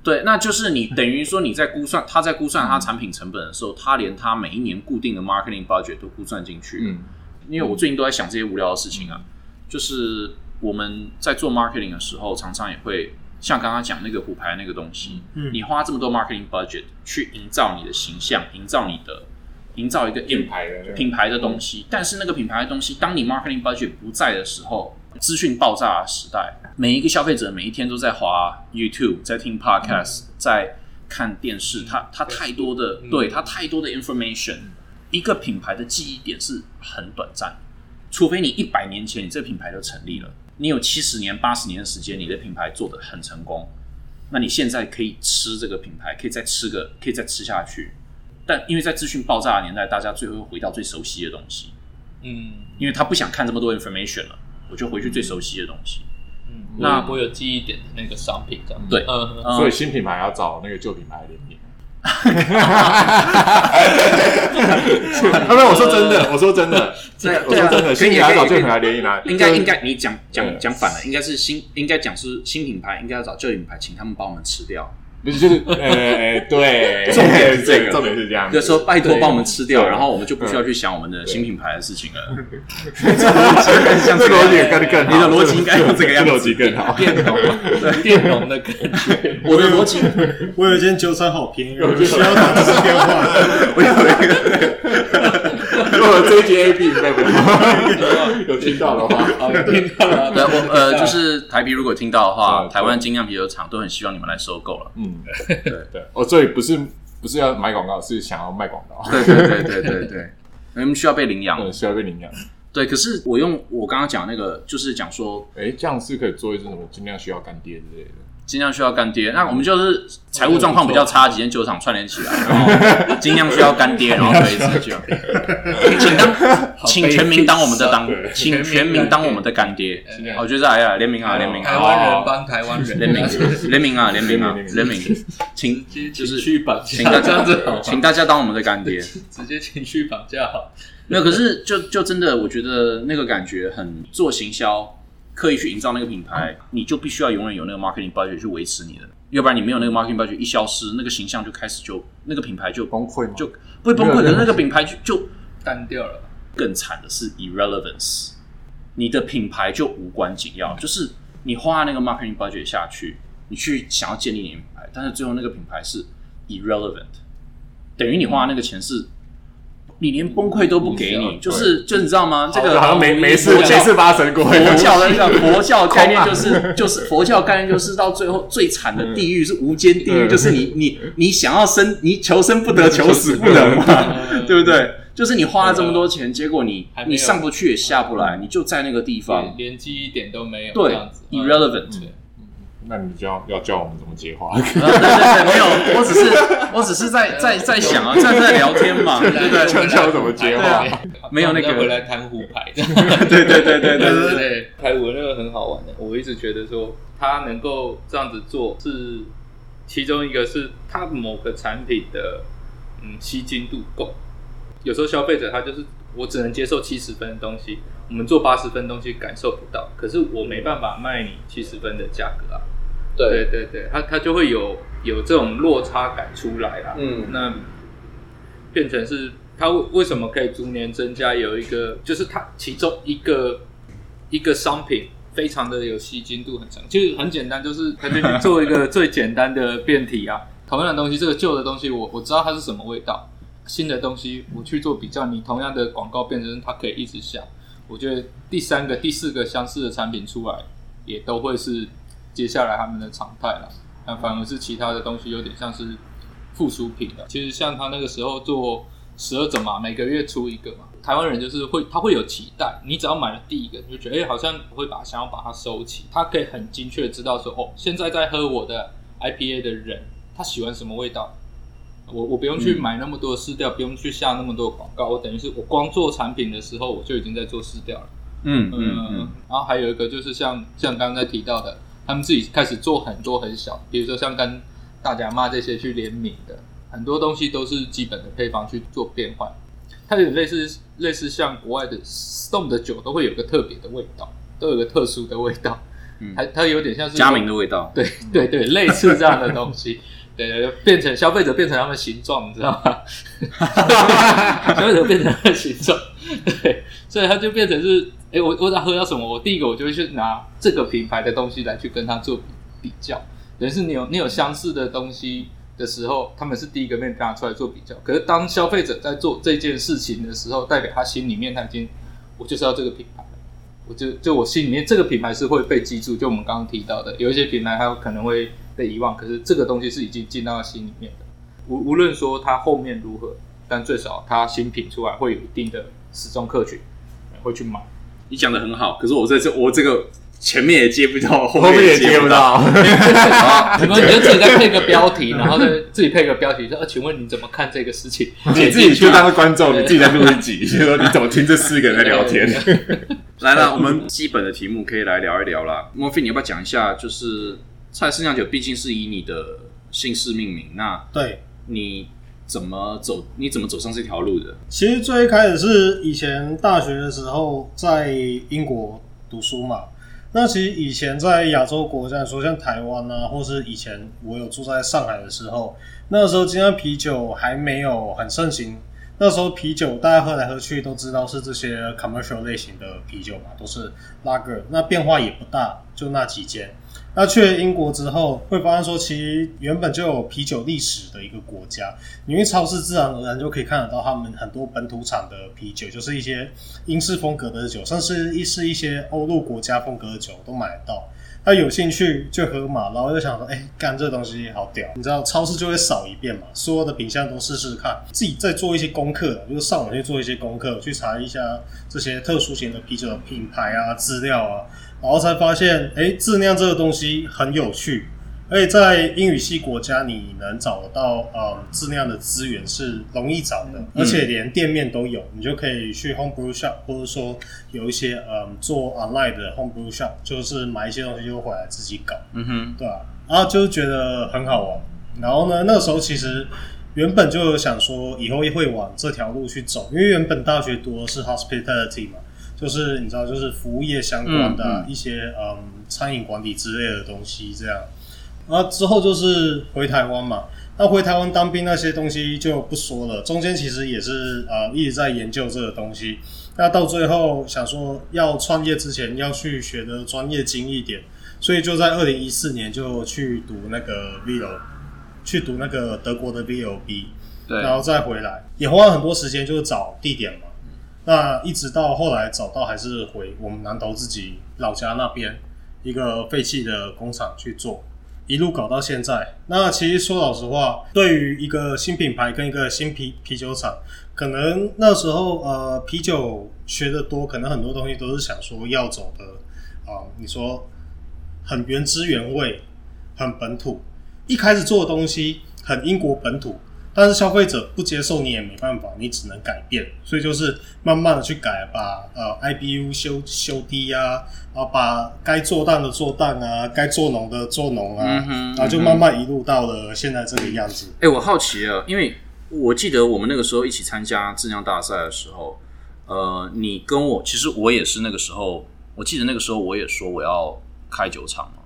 对，那就是你等于说你在估算他在估算他产品成本的时候，他连他每一年固定的 marketing budget 都估算进去。
嗯，
因为我最近都在想这些无聊的事情啊，就是我们在做 marketing 的时候，常常也会像刚刚讲那个虎牌那个东西，
嗯
你花这么多 marketing budget 去营造你的形象，营造你的，营造一个
品牌的嗯
品牌的东西，但是那个品牌的东西，当你 marketing budget 不在的时候，资讯爆炸的时代，每一个消费者每一天都在滑 YouTube，在听 podcast，、
嗯
在看电视，他他太多的，对他太多的 information，一个品牌的记忆点是很短暂的，除非你一百年前你这个品牌就成立了，你有七十年、八十年的时间，你的品牌做得很成功，那你现在可以吃这个品牌，可以再吃个，可以再吃下去。但因为在资讯爆炸的年代，大家最后会回到最熟悉的东西，
嗯，
因为他不想看这么多 information 了，我就回去最熟悉的东西。
嗯
那
我我有记忆点的那个商品这样，
对
嗯，
呃
嗯
所以新品牌要找那个旧品牌联
[laughs]
名。啊，没有，我说真的， [laughs] 我说真的，
[laughs] 对啊
我说真的，新品牌要找旧品牌联名啊来，
应该应该你讲
对
讲讲反了，应该是新应该讲是新品牌，应该要找旧品牌，请他们把我们吃掉。
不是就是，呃呃，对，
重点是这个
重点是这样
就
子，
说拜托
对
帮我们吃掉，
对
然后我们就不需要去想我们的新品牌的事情了。
这逻辑更更好，
你的逻辑应该有这个样
这
子
逻辑更好，
[laughs]
电容，电容的感觉，
我的逻 [laughs] 辑，
我有一间酒厂好便宜，我需要打这个电话。
我有一个，我有这一集 A B 被不了，有听到的
[laughs]
话，
哦
啊，有听到了，
对，我呃，就是台啤如果听到的
[laughs]
话，
对
台湾精酿啤酒厂都很希望你们来收购了。
嗯，对对，哦，所以不是不是要买广告，是想要卖广告，
对 [laughs] 对对对对对，你们需要被领养。
嗯，需要被领养。
对，可是我用我刚刚讲那个，就是讲说
哎，这样是可以做一些什么尽量需要干爹之类的。
尽量需要干爹，那我们
嗯
就是财务状况比较差，几间酒厂串联起来，然后尽量需要干爹，然后可
[laughs]
以自救。请当，请全民当我们的当，请全民当我们的干爹。好，就是哎呀，联名啊，联名
台
啊，
湾人帮台湾人，
[laughs] 联名，
[laughs]
联名啊，联名啊，联名，请
就
就是
是去绑
请
架，
大
这
家
样子好吗，
请大家当我们的干爹。
直接情绪绑架好。
没有，可是就就真的，我觉得那个感觉很做行销，刻意去营造那个品
嗯
牌，你就必须要永远有那个 marketing budget 去维持你的，要不然你没有那个 marketing budget 一消失，那个形象就开始就那个品牌就
崩溃吗？
就不会崩溃，可是那个品牌就就
淡掉了吧，
更惨的是 irrelevance，你的品牌就无关紧要，就是你花那个 marketing budget 下去，你去想要建立你的品牌，但是最后那个品牌是 irrelevant，等于你花那个钱是。你连崩溃都不给
无效
你，就是就是你知道吗？这个
好像没没事
佛
没
教
事发生过。
佛教的那个佛教概念就是就是佛教概念就是到最后最惨的地狱是无间地狱，
嗯
就是你你你想要生你求生不得，求死不能嘛， [laughs] 对不对？就是你花了这么多钱，结果你
还没有
你上不去也下不来，你就在那个地
连
方，
连记一点都没有，这
对
样子嗯
，irrelevant。
对
那你就要要教我们怎么接 [laughs] 话，
啊对对对，没有，我只是我只是在在在想啊，在在聊天
[laughs]
嘛， [laughs] 对不对？
教教怎么接话。
没有那个
再回来谈胡 [laughs] 牌，
对对对对对对
对对，排舞那个很好玩的，我一直觉得说他能够这样子做是其中一个是他某个产品的嗯吸睛度够，有时候消费者他就是我只能接受七十分的东西，我们做八十分的东西感受不到，可是我没办法卖你七十分的价格啊，对对对，他他就会有有这种落差感出来啦，
嗯，
那变成是它为为什么可以逐年增加？有一个就是它其中一个一个商品非常的有吸睛度很强，就是很简单，就是它就做一 [laughs] 个最简单的变体啊。同样的东西，这个旧的东西我我知道它是什么味道，新的东西我去做比较，你同样的广告变成它可以一直下。我觉得第三个、第四个相似的产品出来，也都会是接下来他们的常态了。那反而是其他的东西有点像是附属品了。其实像他那个时候做十二种嘛，每个月出一个嘛，台湾人就是会他会有期待，你只要买了第一个，你就觉得哎、好像会把想要把它收起，他可以很精确地知道说哦，现在在喝我的 IPA 的人，他喜欢什么味道。我我不用去买那么多的试调，不用去下那么多的广告，我等于是我光做产品的时候，我就已经在做试调了。
嗯嗯
嗯
嗯，，
然后还有一个就是像像刚才提到的，他们自己开始做很多很小，比如说像跟大甲妈这些去联名的，很多东西都是基本的配方去做变换，它有点类似类似像国外的 Stone 的酒都会有个特别的味道，都有个特殊的味道，
嗯
它它有点像是
佳明的味道，
对对对，类似这样的东西，对对，对变成消费者变成他们形状，你知道吗？消费者变成他们形状，对，所以他就变成是，哎、我我想喝到什么，我第一个我就会去拿这个品牌的东西来去跟它做比比较，等于是你有你有相似的东西。的时候，他们是第一个被拿出来做比较。可是当消费者在做这件事情的时候，代表他心里面他已经，我就是要这个品牌，我就就我心里面这个品牌是会被记住，就我们刚刚提到的，有一些品牌它有可能会被遗忘，可是这个东西是已经进到心里面的。无无论说它后面如何，但最少它新品出来会有一定的始终客群呃会去买。
你讲的很好，可是我在这我这个前面也接不到，后
后面也
也
接
不
不。到，
你们你就自己再配个标题，然后再自己配个标题说：“呃，请问你怎么看这个事情？”
[laughs] 你自己就当是观众，你自己在录一集， [laughs] 就说你怎么听这四个人在聊天？
[laughs] 来啦，我们基本的题目可以来聊一聊啦。莫非你要不要讲一下？就是蔡氏酿酒毕竟是以你的姓氏命名，那
[laughs] 对，
你怎么走？你怎么走上这条路的？
其实最一开始是以前大学的时候在英国读书嘛。那其实以前在亚洲国家，说像台湾啊，或是以前我有住在上海的时候，那时候精酿啤酒还没有很盛行。那时候啤酒大家喝来喝去都知道是这些 commercial 类型的啤酒嘛，都是拉格，那变化也不大，就那几间。那去了英国之后，会发现说，其实原本就有啤酒历史的一个国家，你去超市自然而然就可以看得到他们很多本土产的啤酒，就是一些英式风格的酒，甚至一是一些欧陆国家风格的酒都买得到。他有兴趣就喝嘛，然后就想说，哎、干这东西好屌，你知道超市就会扫一遍嘛，所有的品相都试试看，自己再做一些功课，就是上网去做一些功课，去查一下这些特殊型的啤酒的品牌啊、资料啊，然后才发现，哎、自酿这个东西很有趣，而且在英语系国家，你能找得到呃自酿的资源是容易找的，而且连店面都有，你就可以去 homebrew shop，或者说有一些呃做 online 的 homebrew shop，就是买一些东西就回来自己搞，
嗯哼，
对啊，然后就觉得很好玩。然后呢，那时候其实原本就有想说以后也会往这条路去走，因为原本大学读的是 hospitality 嘛，就是你知道，就是服务业相关的啊、一些嗯餐饮管理之类的东西这样。然后之后就是回台湾嘛，那回台湾当兵那些东西就不说了，中间其实也是呃一直在研究这个东西。那到最后想说要创业之前要去学的专业精一点，所以就在二零一四年就去读那个 v o 去读那个德国的 VLB，
对，
然后再回来，也花了很多时间就是找地点嘛。那一直到后来找到还是回我们南投自己老家那边一个废弃的工厂去做，一路搞到现在。那其实说老实话，对于一个新品牌跟一个新啤啤酒厂，可能那时候呃啤酒学的多，可能很多东西都是想说要走的啊、你说很原汁原味，很本土，一开始做的东西很英国本土，但是消费者不接受你也没办法，你只能改变。所以就是慢慢的去改，把呃 IBU 修修低啊，然后把该做淡的做淡啊，该做浓的做浓啊，
嗯哼
然后就慢慢一路到了现在这个样子。
哎、我好奇了，因为我记得我们那个时候一起参加质量大赛的时候，呃，你跟我其实我也是那个时候，我记得那个时候我也说我要开酒厂嘛，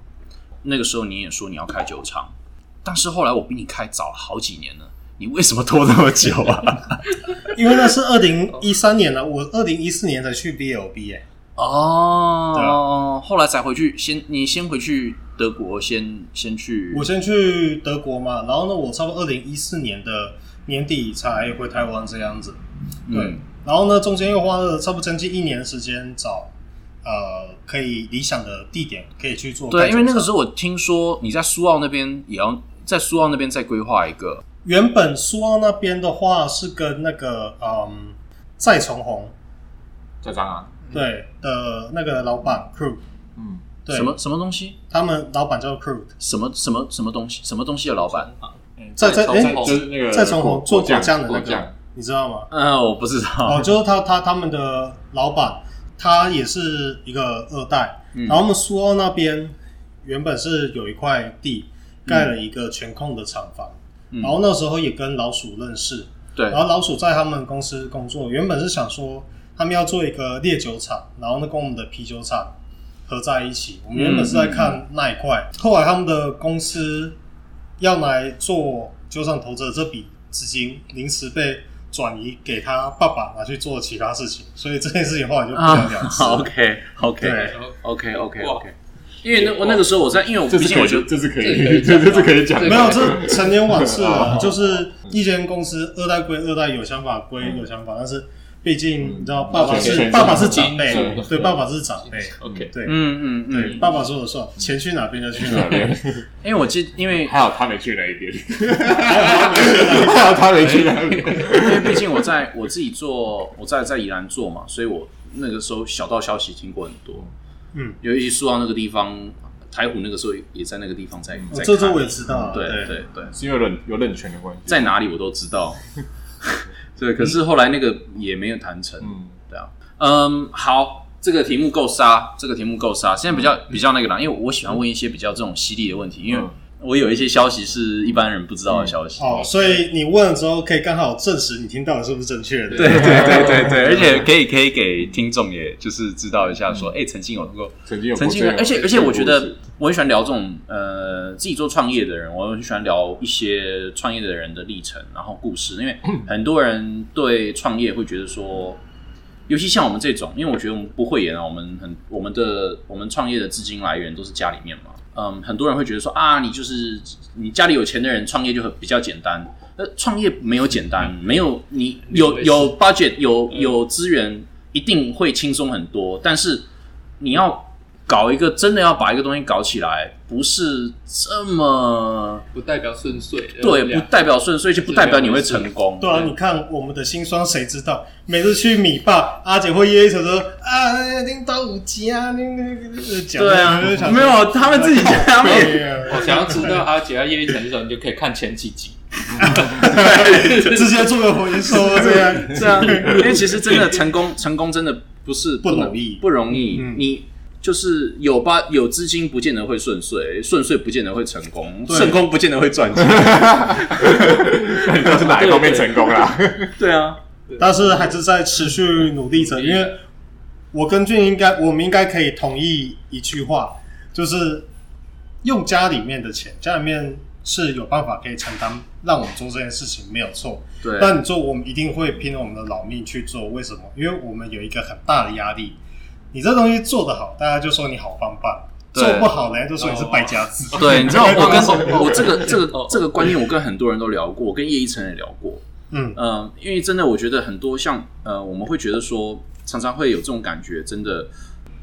那个时候你也说你要开酒厂，但是后来我比你开早了好几年了，你为什么拖那么久啊？ [laughs]
因为那是二零一三年了，我二零一四年才去 BLB 哎、对
哦，后来才回去，先你先回去德国，先先去，
我先去德国嘛，然后呢，我差不多二零一四年的年底才回台湾这样子。对，
嗯
然后呢，中间又花了差不多将近一年时间找呃可以理想的地点可以去做盖
对，啊
酒厂。
因为那个时候我听说你在苏澳那边也要在苏澳那边再规划一个，
原本苏澳那边的话是跟那个嗯再重红
再张啊，
对的那个老板 Crew，
嗯，
对
什么什么东西？
他们老板叫 Crew，
什么什么什么东西，什么东西的老板？
再再哎
再就是那个
再重红做果酱的那
果酱
个，你知道吗？
嗯，我不知
哦，
道。
就是他他他们的老板，他也是一个二代，
嗯
然后我们苏澳那边原本是有一块地盖了一个全控的厂房，
嗯
然后那时候也跟老鼠认识，
对
然，后老鼠在他们公司工作，原本是想说他们要做一个烈酒厂，然后呢跟我们的啤酒厂合在一起。我们原本是在看那一块，后来他们的公司要来做酒厂投资的这笔资金，临时被转移给他爸爸拿去做其他事情，所以这件事情后来就不了了之。
，OK
对
啊 OK
然后
OK OK
哇
OK。因为那我那个时候我在，因为我
这
毕
是
竟
可
我
以
觉得，
这是可以， [laughs] 这这是可以讲的，
没有，这陈年往事了。就是一间公司，二代归二代，有想法归有想法，但是毕竟你知道，爸爸是爸爸是长辈，对，爸爸是长辈，
OK，
对，
嗯嗯
对，
嗯，
爸爸说了算，钱去哪边就去哪边。
[laughs]
因为我记，因为
还好他没去那一边，还好他没去那边。
因为毕竟我在我自己做，我在在宜兰做嘛，所以我那个时候小道消息听过很多。
[laughs] 嗯，
尤其苏澳那个地方，台虎那个时候也在那个地方在在
这
看
周我也知道啊，
对
对
对对，
是因为冷有冷泉的关系，
在哪里我都知道。 [laughs] 对，可是后来那个也没有谈成。
嗯，
对啊，嗯，好，这个题目够杀，这个题目够杀。现在比较比较那个啦，因为我喜欢问一些比较这种犀利的问题，因为
嗯
我有一些消息是一般人不知道的消息。
哦，所以你问了之后，可以刚好证实你听到的是不是正确的。
对对对 [laughs] 对对，而且可以可以给听众也就是知道一下说，哎、曾经有通过，
曾经啊有过
曾经
这
有，
样
而且而且
这个
我觉
故事
得我很喜欢聊这种呃自己做创业的人，我很喜欢聊一些创业的人的历程，然后故事，因为很多人对创业会觉得说，尤其像我们这种，因为我觉得我们不会演啊，我们很我们的我们创业的资金来源都是家里面嘛，嗯，很多人会觉得说啊，你就是你家里有钱的人创业就很比较简单。那创业没有简单，
嗯
没有你有有 budget 有有资源，一定会轻松很多。但是你要搞一个真的要把一个东西搞起来，不是这么
不代表顺遂。
对，不
两
代表顺遂，就不代表你会成功。
对啊，你看我们的辛酸，谁知道？每次去米爸，阿姐会噎一手说啊，领导五级啊，那那那讲
对啊，没有他们自己讲，
[laughs]
他们也
啊
我哦想要知道阿杰要业力成熟，你就可以看前几集。
[laughs] 直接做个回收这样。 [laughs]
是啊，因为其实真的成功， [laughs] 成功真的不是
不
能
容易
不容易。
嗯
你就是有吧，有资金不见得会顺遂，顺遂不见得会成功，
对
成功不见得会赚钱。
那你到底是哪一方面成功啦？
[laughs] 对啊，
但是还是在持续努力着，因为我跟俊应该，我们应该可以同意一句话，就是用家里面的钱，家里面是有办法可以承担，让我们做这件事情没有错。
对，
但你做，我们一定会拼了我们的老命去做。为什么？因为我们有一个很大的压力，你这东西做得好，大家就说你好棒棒；
对哦
做不好，人家就说你是败家子。
对，你知道我 [laughs] 跟哦我这个这个这个观念，我跟很多人都聊过，我跟叶一晨也聊过。
嗯，
嗯，因为真的，我觉得很多像呃，我们会觉得说，常常会有这种感觉，真的，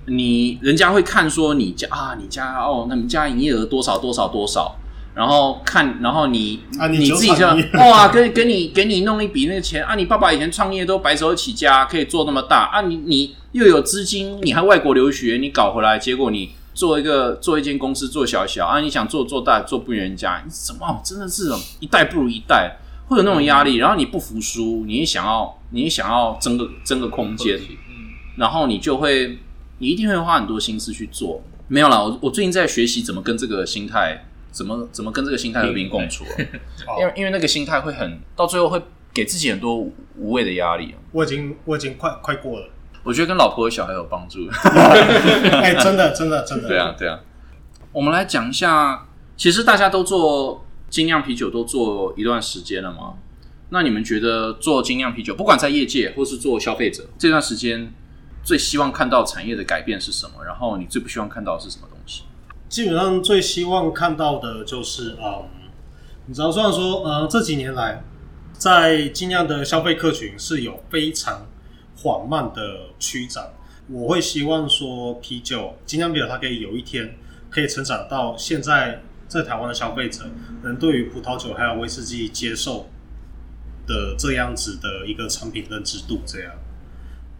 你人家会看说你家啊，你家哦，那你家营业额多少多少多少，然后看，然后你、
啊你
你自己
酒
就
厂营业额
哇，给给你给你弄一笔那个钱啊，你爸爸以前创业都白手起家，可以做那么大啊，你你又有资金，你还外国留学，你搞回来，结果你。做一个做一间公司做小小啊，你想做做大做不赢人家，你怎么、哦、真的是一代不如一代，会有那种压力，
嗯
然后你不服输，你也想要，你也想要争个争个空间，
嗯，
然后你就会，你一定会花很多心思去做。没有啦，我我最近在学习怎么跟这个心态，怎么怎么跟这个心态和平共处、啊，因为因为那个心态会很，到最后会给自己很多无无谓的压力、啊。
我已经我已经快快过了。
我觉得跟老婆和小孩有帮助。
哎、真的真的真
[laughs]
的。
对啊，对啊。我们来讲一下，其实大家都做精酿啤酒都做一段时间了嘛。那你们觉得做精酿啤酒，不管在业界或是做消费者，这段时间最希望看到产业的改变是什么？然后你最不希望看到的是什么东西？
基本上最希望看到的就是，嗯，你知道，虽然说，呃，这几年来，在精酿的消费客群是有非常缓慢的趋涨，我会希望说，啤酒精酿啤酒它可以有一天可以成长到现在在台湾的消费者能对于葡萄酒还有威士忌接受的这样子的一个产品认知度，这样，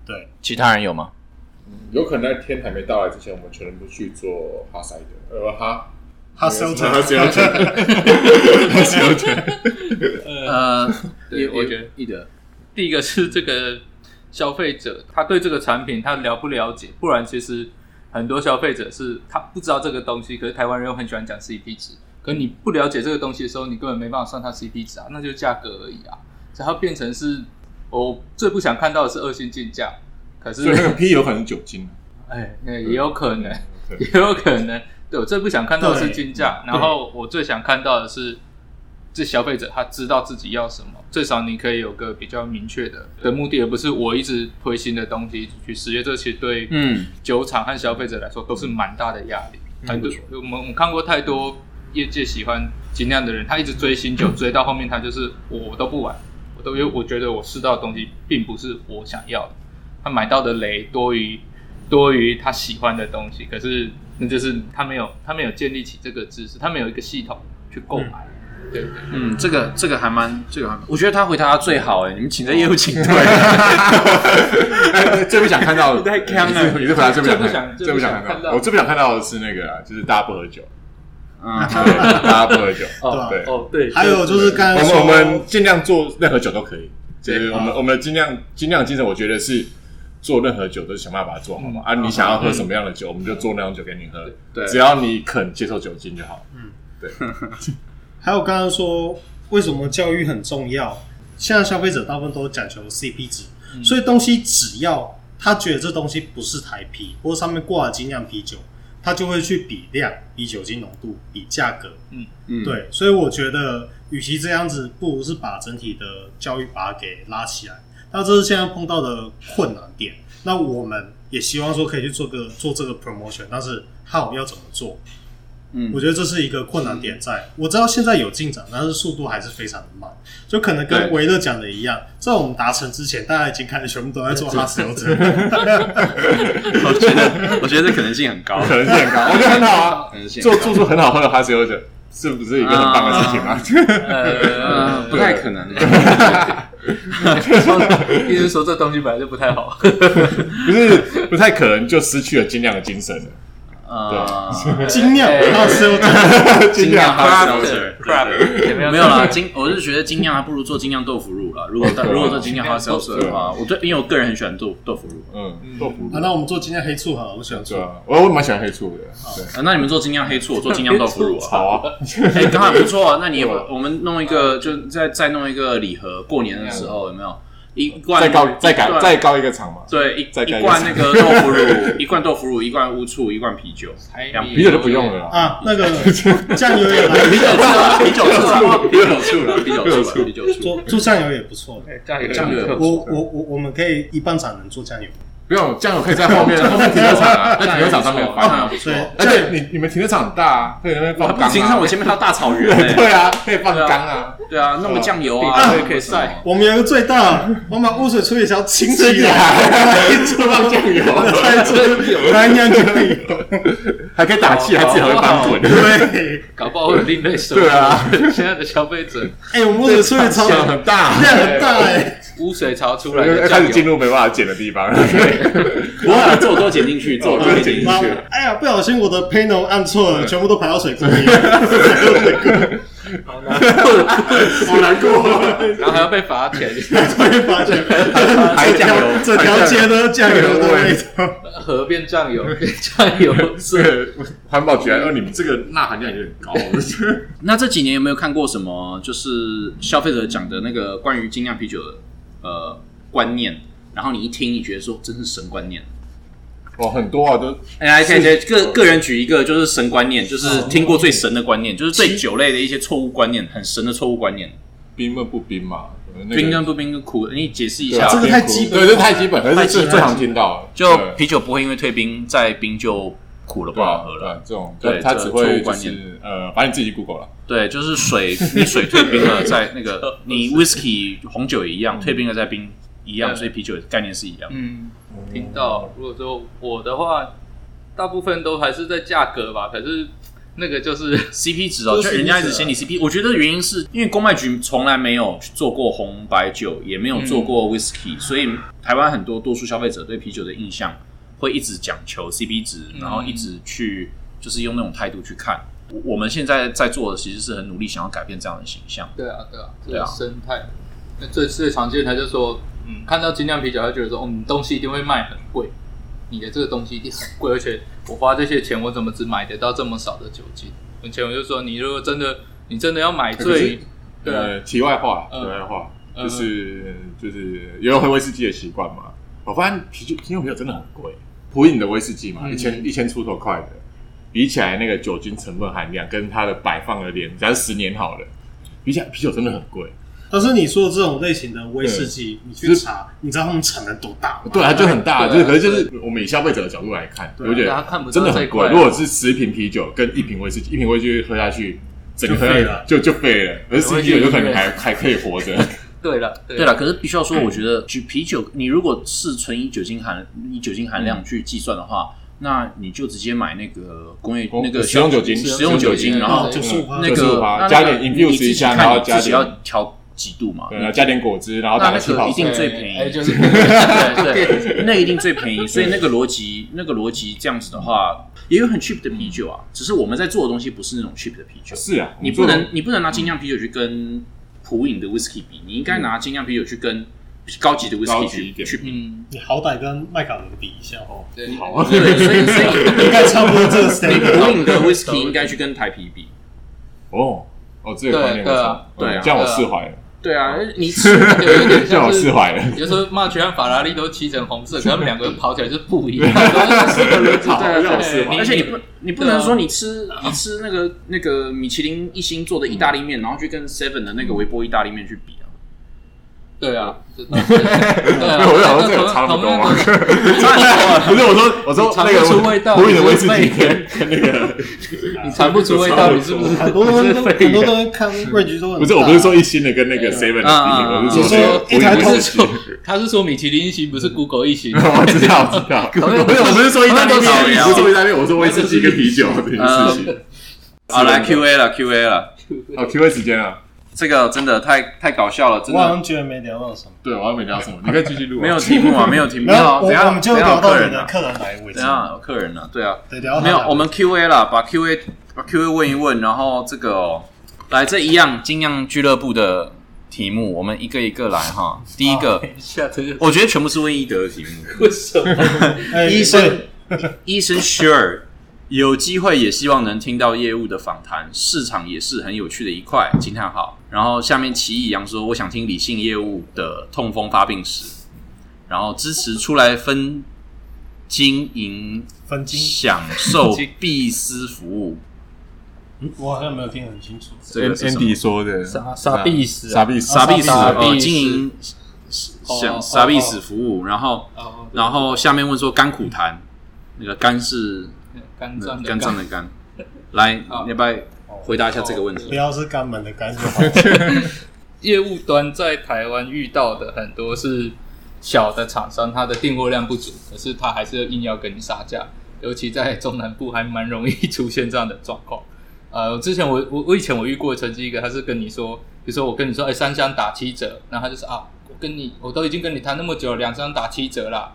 对。
其他人有吗？
[laughs] 有可能在天还没到来之前，我们全部去做哈塞德，呃哈，
哈 s e l t
哈
e
塞德，哈塞德，
呃，
对
有
我觉得
有一德，
第一个是这个消费者他对这个产品他了不了解，不然其实很多消费者是他不知道这个东西，可是台湾人又很喜欢讲 CP 值，可你不了解这个东西的时候，你根本没办法算它 CP 值啊，那就是价格而已啊。只要变成是我最不想看到的是恶性竞价，可是
[laughs] 所以那个 P 有可能是酒精，
哎，那也有可能，
对
也有可能。对我最不想看到的是
对
均价，然后我最想看到的是，这消费者他知道自己要什么，最少你可以有个比较明确的的目的，而不是我一直推新的东西去实验。这其实对
嗯，
酒厂和消费者来说都是蛮大的压力。很多我们我们看过太多业界喜欢精酿的人，他一直追新酒，追到后面他就是我都不玩，我都因为我觉得我试到的东西并不是我想要的，他买到的雷多于多于他喜欢的东西，可是那就是他没有他没有建立起这个知识，他没有一个系统去购买，对不对？
嗯，这个这个还蛮，这个还蛮，我觉得他回答得最好哎、你们请这业务请对，
哎 [laughs] 最不想看到的，
太坑了
你是你是回答最不想
最
看，
不想
最不想
最不想
看
看
到，
到
我最不想看到的是那个啊，就是大家不喝酒，
嗯，
啊对大家不喝酒，
哦
对，
哦对，
还有就是刚
我们
才说，
我们尽量做任何酒都可以，就是
对
我们我们的尽量尽量精神，我觉得是做任何酒都想办法把它做好嘛。啊，你想要喝什么样的酒，我们就做那种酒给你喝，
[laughs] 对
只要你肯接受酒精就好。
还有刚刚说为什么教育很重要？现在消费者大部分都讲求 CP 值，所以东西只要他觉得这东西不是台啤，或者上面挂了精酿啤酒，他就会去比量、比酒精浓度、比价格。
嗯，
对，所以我觉得，与其这样子，不如是把整体的教育把它给拉起来。那这是现在碰到的困难点。那我们也希望说可以去做个做这个 promotion，但是 how 要怎么做？
嗯
我觉得这是一个困
嗯
难点在。我知道现在有进展，但是速度还是非常的慢，就可能跟
对
维乐讲的一样，在我们达成之前，大家已经开始全部都在做哈斯油车。
我觉得我觉得这可能性很高，
可能性很高，我觉得很好啊
[laughs] 可，能性
做做出很好喝的哈士优酒，是不是一个很棒的事情啊吗？
呃不太可能。
意思是说这东西本来就不太
[laughs]
好。
不是不太可能就失去了精酿的精神了，
呃，
精酿哈斯油车，
精酿 hard seltzer，
Crap，
没有 [laughs] 啦，精我是觉得精酿还不如做精酿豆腐乳了。如果
啊
如果做精酿 hard
豆
seltzer 的话，我对因为我个人很喜欢做豆腐乳。
嗯，豆腐乳
啊，那我们做精酿黑醋好了，我喜欢
对
做。
啊，我我蛮喜欢黑醋的，对，
啊，那你们做精酿黑醋，我做精酿豆腐乳
[laughs]
啊。
好啊，
[laughs] 哎，刚好不错啊。那嗯你也
对啊
我们弄一个，就再再弄一个礼盒，过年的时候有没有一罐
再高再
一
改
罐
再高一个场嘛，
啊对一
再盖
一罐那个豆腐乳，一罐豆腐乳，一罐乌醋，一罐啤酒， [laughs]
哎
两
啤酒就不用了啦，
啊，那个酱油也来，
啤酒醋了，啤酒醋了，啤酒醋了，啤酒醋了，啤酒醋。
做做酱油也不错。
哎酱油
酱油
我我我我们可以一半产能做酱油，
不用酱油可以在后
[laughs]
面后面停车场啊，在停车场上面
当然
放
不，
所
错
以。
而且你你们停车场很大啊，可以在那边放
我还不
缸啊，
行，那我前面还有大草原 [laughs] 呢。
对啊，可以放缸啊，
对啊，弄个酱油啊，
啊
可以可以晒。
我们有一个最大，我们把污水处理槽清
[laughs]
起
真假
来，
一直放酱油，
再做来酿就
[laughs]
可以了。
还可以打气，还自己还会翻滚。
对，
搞不好会有另类收入。
对啊，
[laughs] 现在的消费者
哎，我们污水处
[laughs]
理槽
想很大，欸
量很大哎，
污水槽出来
要
的
[laughs] 开
酱
始进
油，
入没办法剪的地
[laughs]
方。
我做多剪进去，做
我
多
真的
剪
剪进
进去。
妈
去了，
哎呀，不小心我的 panel 按错了，全部都排到水沟里，
好难 [laughs] 过。
然后还要被罚
[laughs]
钱，
才会发现
还酱油
整条街都是酱油的味道。
河变酱油，变酱油是
对，环保局来啊呃说你们这个钠含量有点 [laughs] 高，我觉得
那这几年有没有看过什么，就是消费者讲的那个关于精酿啤酒的呃观念？然后你一听，你觉得说真是神观念。
哦很多啊，都
哎，来，可以可以个个人举一个，就是神观念，就是听过最神的观念，就是对酒类的一些错误观念，很神的错误观念。
冰跟不冰嘛，那个
冰跟不冰跟苦，你解释一
对啊
下。
这个太基本了
对，这太基本，
太
而
基
是
本
最常听到的，
就
对
啤酒不会因为退冰再冰就苦了不
对啊
好喝
对
了。
啊，这种
对
他
这
只
错误
会就
观
是呃，反正你自己去 Google 了，
对，就是水，你水退冰了，在 [laughs] 那个你 whisky 红酒也一样，退冰了再冰一样，
对
所以啤酒概念是一样。
嗯，听到。如果说我的话，大部分都还是在价格吧，可是那个就是
CP 值哦，
这
就是人家一
CP 值
直嫌你 CP，我觉得原因是因为公卖局从来没有去做过红白酒，也没有做过 whisky，、所以台湾很多多数消费者对啤酒的印象会一直讲求 CP 值，然后一直去就是用那种态度去看。我我们现在在做的其实是很努力想要改变这样的形象。
对啊，对啊，这
对啊
个生态。那最最常见的，他就说，嗯，看到精酿啤酒，他觉得说，哦，你东西一定会卖很贵，你的这个东西一定很贵，而且我花这些钱，我怎么只买得到这么少的酒精？以前我就说，你如果真的，你真的要买
可
醉
是，
对啊，
呃，题外话，
嗯
题外话，就
嗯
是就是也有喝威士忌的习惯嘛。我发现啤酒啤酒啤酒真的很贵，普饮的威士忌嘛，
嗯
一千一千出头块的，比起来那个酒精成分含量跟它的摆放的年，假如十年好了，比起来啤酒真的很贵。
但是你说的这种类型的威士忌，你去查，你知道他们产能多大吗？
对啊，就很大，就
对啊
是可是就是我们以消费者的角度来看，
对啊
我觉
大家
得
看不
真
到
的
这一
很贵。
块。啊
如果是十瓶啤酒跟一瓶威士忌，一瓶威士忌喝下去。整个喝下去
就废了
就就废了。而十瓶啤酒有可能
[laughs]
还还可以活着，
对了，对
对
了，
了，可是必须要说，我觉得举啤酒，你如果是纯以酒精含以酒精含量去计算的话，那你就直接买那个工业
工
那个
食用酒精
食用酒精，
食用酒精
然后
九十五趴，
那
就
个
是把
那那
加点
个
infuse
你自己
一下
看
然后
你
加
自己
点
要调几度嘛，嗯
对，然后啊加点果汁，然后打
那
个
那
气
个
泡
一
水
定最便宜
哎，就是
[laughs] 对对，那一定最便宜。所以那个逻辑，那个逻辑这样子的话，也有很 cheap 的啤酒啊，只是我们在做的东西不是那种 cheap 的啤酒。
是啊，
你不能你不能拿精酿啤酒去跟普饮的 whisky 比，你应该拿精酿啤酒去跟高级的
高级
whisky
一
去
点
去比。
嗯，
你好歹跟麦卡伦比一下哦，
对，
好啊，
对，所以所以
应该差不多这
你
个
嗯
standard。
普饮的 whisky 应该去跟台啤比。
哦哦，这个观念不
对对
错
啊，
对啊
这样我释怀了，
对啊，
嗯
你吃
有有点
这样
像
我释
是。
怀了，
比如说，骂全和法拉利都漆成红色，可他们两个跑起来是不一样的，是个轮子
好
对
让我
对啊
释怀
你
而且你不，你不能
对啊
说你吃你吃那个那嗯个米其林一星做的意大利面，然后去跟 Seven 的那个微波意大利面去比啊。
对啊，这倒是对啊，
[laughs] 我想说这个差不多嘛
嘛。
[laughs] 不是我说，我说
尝
那
不出味
个
道
胡宇的威
你
士
是
忌
废
跟跟那个，
你尝不出味道，你是不是？
很多东西都
你是
很
废
多
人
东西看 range 都很大
不是我不是说一星的跟那个 seven 的比，
啊
我是说
你
那个
说
胡宇
他
的威
是
士忌
说。他是说米其林一星不是 Google 一星，
我知道，我知道，我不是我不是说意大利面，不是说意大利面，我说威士忌跟啤酒这件事情。
好，来 Q A 了，Q A 了，
好，Q A 时间了，
这个真的太太搞笑了，真
我好像
的
居然没聊到什么。
对，我还没聊什么，你可以继续录啊。
没有题目啊，没有题目，
然后
啊，
我
等一下
我们就
等一下
聊
有客
到你
人
的
啊，
客人来为
等
止
一。下有客人了，对啊，
对，聊到
没有
他，来
我们 Q A 啦，把 Q A 把 Q A 问一问，然后这个哦来这一样精酿俱乐部的题目，我们一个一个来哈。第一
哦
个，
下次就
我觉得全部是问医德的题目。
为什么？
哎
医生
对，
医生 Sure，有机会也希望能听到业务的访谈，市场也是很有趣的一块。惊叹号！然后下面齐义阳说，我想听理性业务的痛风发病史，然后支持出来分经营，
分金，
享受必思服务。
我好像没有听得很清楚。
这个是什么
Andy 说的，
傻傻逼 [laughs] 死啊
傻逼死
傻逼死
傻逼
哦，
死
经营
哦
想
哦
傻逼死服务，然后
哦
然后下面问说甘苦谈，那个甘是
肝脏
肝脏的肝，来，
好
你要不要回答一下这个问
不
题？
要是肛门的干就好。
业务端在台湾遇到的很多是小的厂商，它的订货量不足，可是它还是硬要跟你杀价，尤其在中南部还蛮容易出现这样的状况。 [laughs] 呃，之前我我我以前我遇过曾经一个，他是跟你说，比如说我跟你说，哎、三箱打七折，然后他就说啊，我跟你我都已经跟你谈那么久了，两箱打七折啦，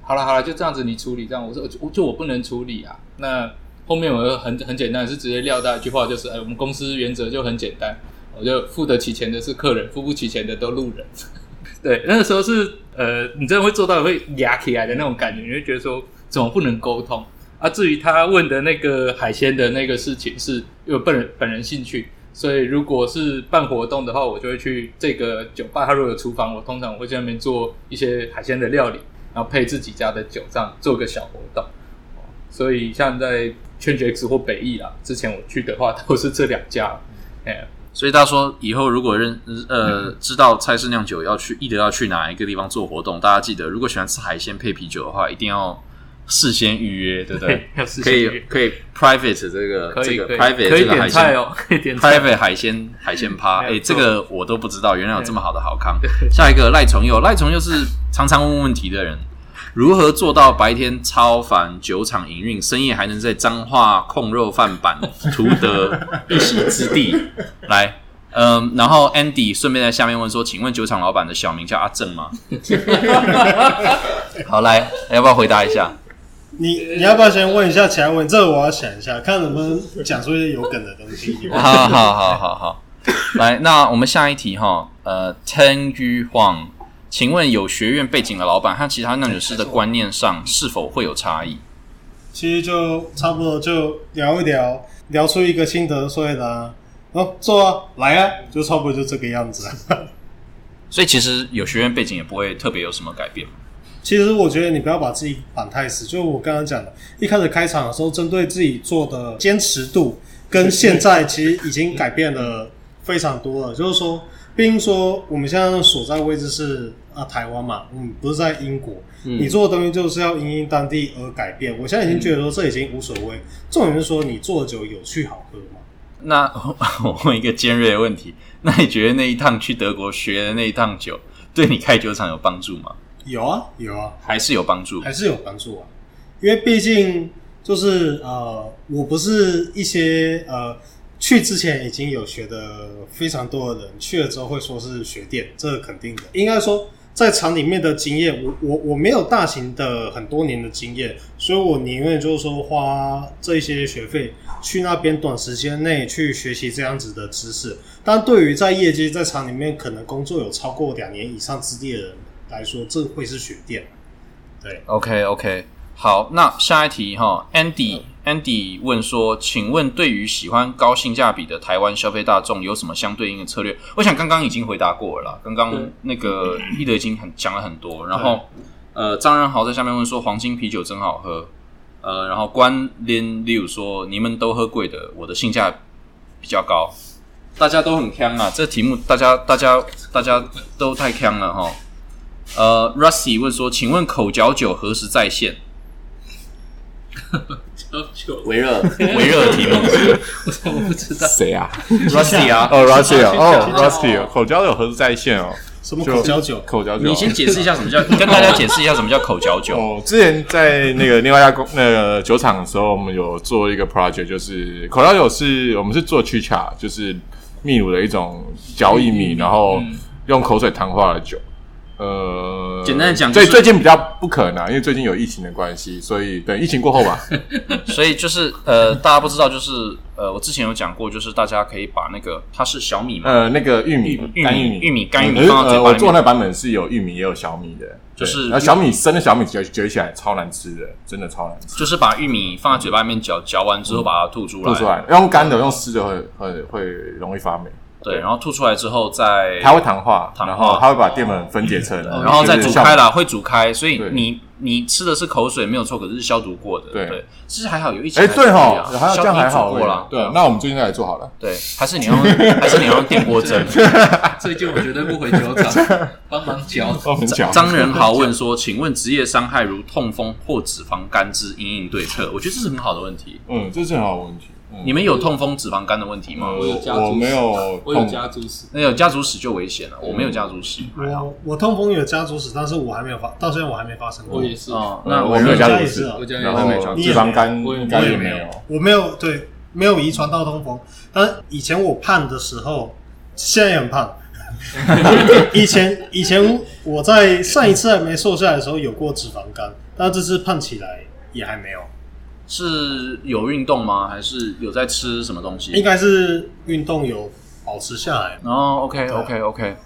好了好了，就这样子你处理这样，我说我就我就我不能处理啊。那后面我就很很简单，是直接撂到一句话，就是哎，我们公司原则就很简单，我就付得起钱的是客人，付不起钱的都路人。 [laughs] 对，那个时候是呃，你真的会做到会压起来的那种感觉，你会觉得说怎么不能沟通啊？至于他问的那个海鲜的那个事情，是因为本人本人兴趣，所以如果是办活动的话，我就会去这个酒吧，它如果有厨房，我通常我会去那边做一些海鲜的料理，然后配自己家的酒，这样做个小活动。所以像在圈 X 或北艺啦，之前我去的话都是这两 [laughs] 家，哎、
所以大家说以后如果认呃
嗯
知道蔡氏酿酒要去易德要去哪一个地方做活动，大家记得如果喜欢吃海鲜配啤酒的话，一定要事先预约，对不对？
要事
可
先
以
预约
可以 private 这个
可
这
以
个
可以
private
可以
这个海
点
鲜
菜哦，可以点菜。
private 海鲜海鲜趴，哎、
没有
这
错
个我都不知道，原来有这么好的好康。 [laughs] 下一个赖崇佑，赖崇佑是常常问问题的人，如何做到白天超凡酒厂营运，深夜还能在彰化控肉饭板图
[laughs]
得一席之地？来，嗯，然后 Andy 顺便在下面问说，请问酒厂老板的小名叫阿正
[laughs]
吗？好，来，要不要回答一下？
你你要不要先问一下其他问题？这个我要想一下，看能不能讲出一些有梗的东西。
好好好好好，来，那我们下一题哈，呃，Ten Yu Huang，请问有学院背景的老板和其他酿酒师的观念上是否会有差异？
其实就差不多就聊一聊，聊出一个心得，所以呢，哦，做啊，来啊，就差不多就这个样子啊。
所以其实有学院背景也不会特别有什么改变。
其实我觉得你不要把自己绑太死，就我刚刚讲的，一开始开场的时候，针对自己做的坚持度，跟现在其实已经改变了非常多了。就是说，毕竟说我们现在所在位置是啊台湾嘛，嗯，不是在英国，你做的东西就是要因应当地而改变。我现在已经觉得说这已经无所谓，重点是说你做的酒有趣好喝嘛。
那 [laughs] 我问一个尖锐的问题，那你觉得那一趟去德国学的那一趟酒，对你开酒厂有帮助吗？
有啊，有啊，
还是有帮助
还？是有帮助啊，因为毕竟就是呃，我不是一些呃去之前已经有学的非常多的人，去了之后会说是学店，这个肯定的。应该说在厂里面的经验，我我我没有大型的很多年的经验，所以我宁愿就是说花这些学费去那边短时间内去学习这样子的知识。但对于在业界在厂里面可能工作有超过两年以上资历的人来说，这会是学店。
OK OK，好，那下一题哈，Andy Andy 问说，请问对于喜欢高性价比的台湾消费大众有什么相对应的策略？我想刚刚已经回答过了啦，刚刚
对
那个一德已经很讲了很多，然后呃，张仁豪在下面问说，黄金啤酒真好喝，呃，然后关liên六说，你们都喝贵的，我的性价比较高，大家都很坑啊，这题目大家大家大家都太坑了哈。呃，Rusty 问说，请问口角酒何时在线？
球，
维热维热的题 [laughs] 目
我怎么不知道？
谁啊？
，Rusty 啊，
哦，Rusty
去
哦
讲
，Rusty 口交有何时在线哦？
什么
就
口交酒？
口交酒，
你先解释一下什么叫，跟大家解释一下什么叫口角酒。
哦，之前在那个另外一家公那个酒厂的时候，我们有做一个 project，就是口罩酒是我们是做曲卡，就是秘鲁的一种嚼一
嗯
米，然后用口水糖化的酒。呃，
简单地讲就
最
是
最近比较不可能啊，因为最近有疫情的关系，所以等疫情过后吧。
[laughs] 所以就是呃，大家不知道，就是呃，我之前有讲过，就是大家可以把那个它是小米嘛，
呃，那个玉米
玉米
干玉米
玉米干玉米
可是
放到
呃，
嘴巴
我
里面
做那版本是有玉米也有小米的，对
就是
然后小米生的小米嚼嚼起来超难吃的，真的超难吃。
就是把玉米放在嘴巴里面嚼，嚼完之后把它吐出来，
吐出来，用干的，用湿的会会会容易发霉。
对，然后吐出来之后再，
它会糖化，
糖化
然后它会把淀粉分解成，
然后再
就是
煮
像
开。了，会煮开，所以
对
你你吃的是口水没有错，可是是消毒过的，
对
对，其实还好有一起
哎，
还可以
对
啊，
哈，还有
消
这样还
你
好欸
煮过啊了，
对，啊那我们最近再来做好了。
对，还是你要用还是你要用电锅
[laughs]
蒸。
最近我绝对不回球场，帮忙嚼。
哦，很巧，
张仁豪问说：“请问职业伤害如痛风或脂肪肝之因应对策？”我觉得这是很好的问题。
嗯，这是很好的问题。嗯
你们有痛风、脂肪肝的问题吗？
呃
我有家族史
我没有
我有
痛
家族史，
那有家族史就危险了，我没有家族史，
嗯
还好。
我我痛风有家族史，但是我还没有发，到现在我还没发生过。
我也是，
哦，
呃
那
我没有
家
家
也
族
是啊
史，
我家也
然
是
后
没有家
族史
脂肪肝
我也没有
应该也
我
没
也
有。
我没有对，没有遗传到痛风，但以前我胖的时候，现在也很胖。 [laughs] 以前以前我在上一次还没瘦下来的时候有过脂肪肝，但这次胖起来也还没有，
是有运动吗？还是有在吃什么东西？
应该是运动有保持下来。
哦，OK OK OK，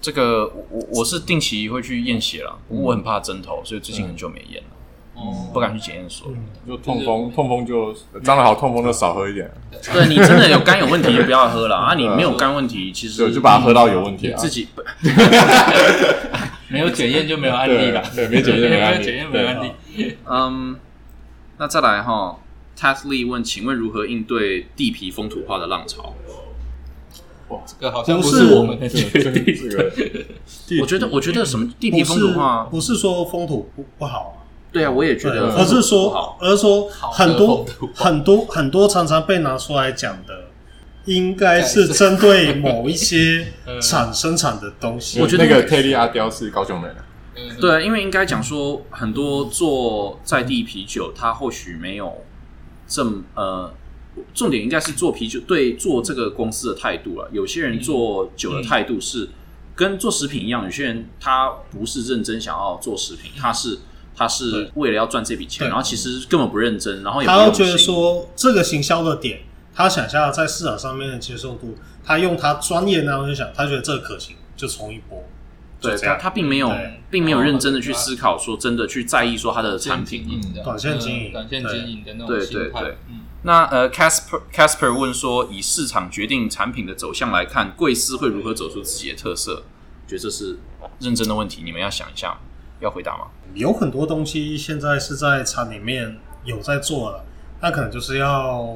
这个我我我是定期会去验血了，不过我很怕针头，所以最近很久没验了，
哦
不敢去检验所。
就痛风，痛风就张仁豪痛风就少喝一点， [laughs]
对你真的有肝有问题就不要喝了啊！你没有肝问题，其
就
实
就把它喝到有问题啊。[laughs]
自己
没有检验就没有案例了，
对对没啊检验没有案例
检验没有案例。
[laughs]
嗯，那再来哈 t a s l e 问，请问如何应对地皮风土化的浪潮？
这个好像不
不
是
是
我们的决
这个
定。
这个
我觉得，我觉得什么地
不
皮
是
风土啊化？
不是说风土不不好啊，
对啊，我也觉
对，
得，
而是
不
说
好，
而是说很多
好的风土
很多很多常常被拿出来讲的，应该是针对某一些
[laughs] 嗯
产生产的东西。
我觉得
那个 Kelly 阿刁是高雄人啊，
嗯，
对，因为应该讲说，很多做在地啤酒，它或许没有这么呃，重点应该是做啤酒对做这个公司的态度了。有些人做酒的态度是跟做食品一样，有些人他不是认真想要做食品，他是他是为了要赚这笔钱，
对
然后其实根本不认真，然后也不
他要
用
觉得
心
说这个行销的点，他想要在市场上面的接受度，他用他专业那东西想，他觉得这个可行，就冲一波。
对
就这
他
样
他并没有
对
并没有认真的去思考说真的去在意说他的产品
经营的
短线经营
嗯短线经营的那种
对对
心态
对，
嗯，
那呃，Casper Casper 问说，以市场决定产品的走向来看，贵司会如何走出自己的特色？我觉得这是认真的问题，你们要想一下，要回答吗？
有很多东西现在是在厂里面有在做了，那可能就是要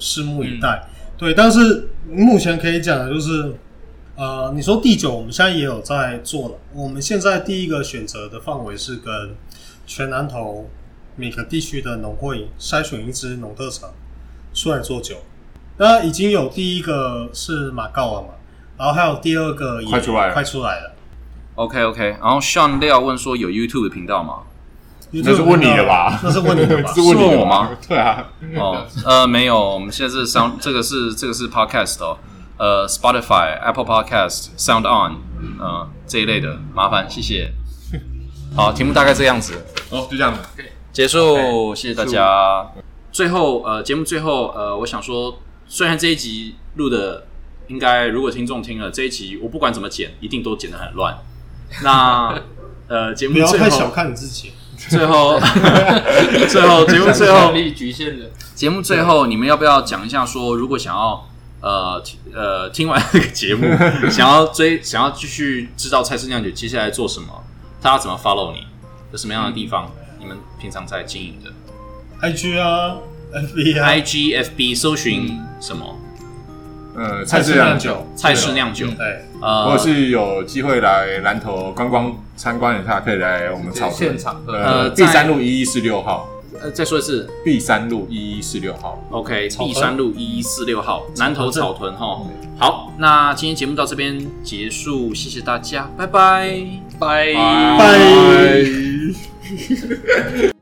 拭目以待。
嗯
对，但是目前可以讲的就是，呃，你说第九，我们现在也有在做了。我们现在第一个选择的范围是跟全南投每个地区的农会筛选一支农特产出来做酒。那已经有第一个是马告了嘛，然后还有第二个也
快出来了
快出来了。
OK OK，然后 Sean 廖问说有 YouTube 的频道吗？
那是问你的吧？
那是问你的吧
问你
是问
的
我吗？
对啊，
哦，呃，没有，我们现在是 Sound，这个是这个是 Podcast 哦，呃，Spotify、Apple Podcast、Sound On，呃这一类的，麻烦谢谢。好，题目大概这样子。
哦，就这样子。
结束，谢谢大家。最后，呃，节目最后，呃，我想说，虽然这一集录的，应该如果听众听了这一集，我不管怎么剪，一定都剪得很乱。那呃，节目
不要
最
太小
后，
看你自己。
最后， [laughs] 最后，节目最后
能，力局限了，
节目最后，你们要不要讲一下说，如果想要呃听呃听完这个节
[laughs]
目，想要追想要继续知道蔡氏酿酒接下来做什么，他要怎么 follow 你，有什么样的地
嗯
方，你们平常在经营的？
IG 啊，FB 啊
I G F B 搜寻什么？
呃，
菜
菜
市
市场
酿，酒，
菜式酿酒，
对，
呃，
或者是有机会来南投观光参观一下，可以来我们草屯
现场喝
呃
呃
，B
在
三路一一四六号
呃再说一次
，B 三路一一四六号，
，OK，
草屯嗯
碧山路一一四六号南头草屯哈。好，那今天节目到这边结束，谢谢大家，拜拜，拜
拜。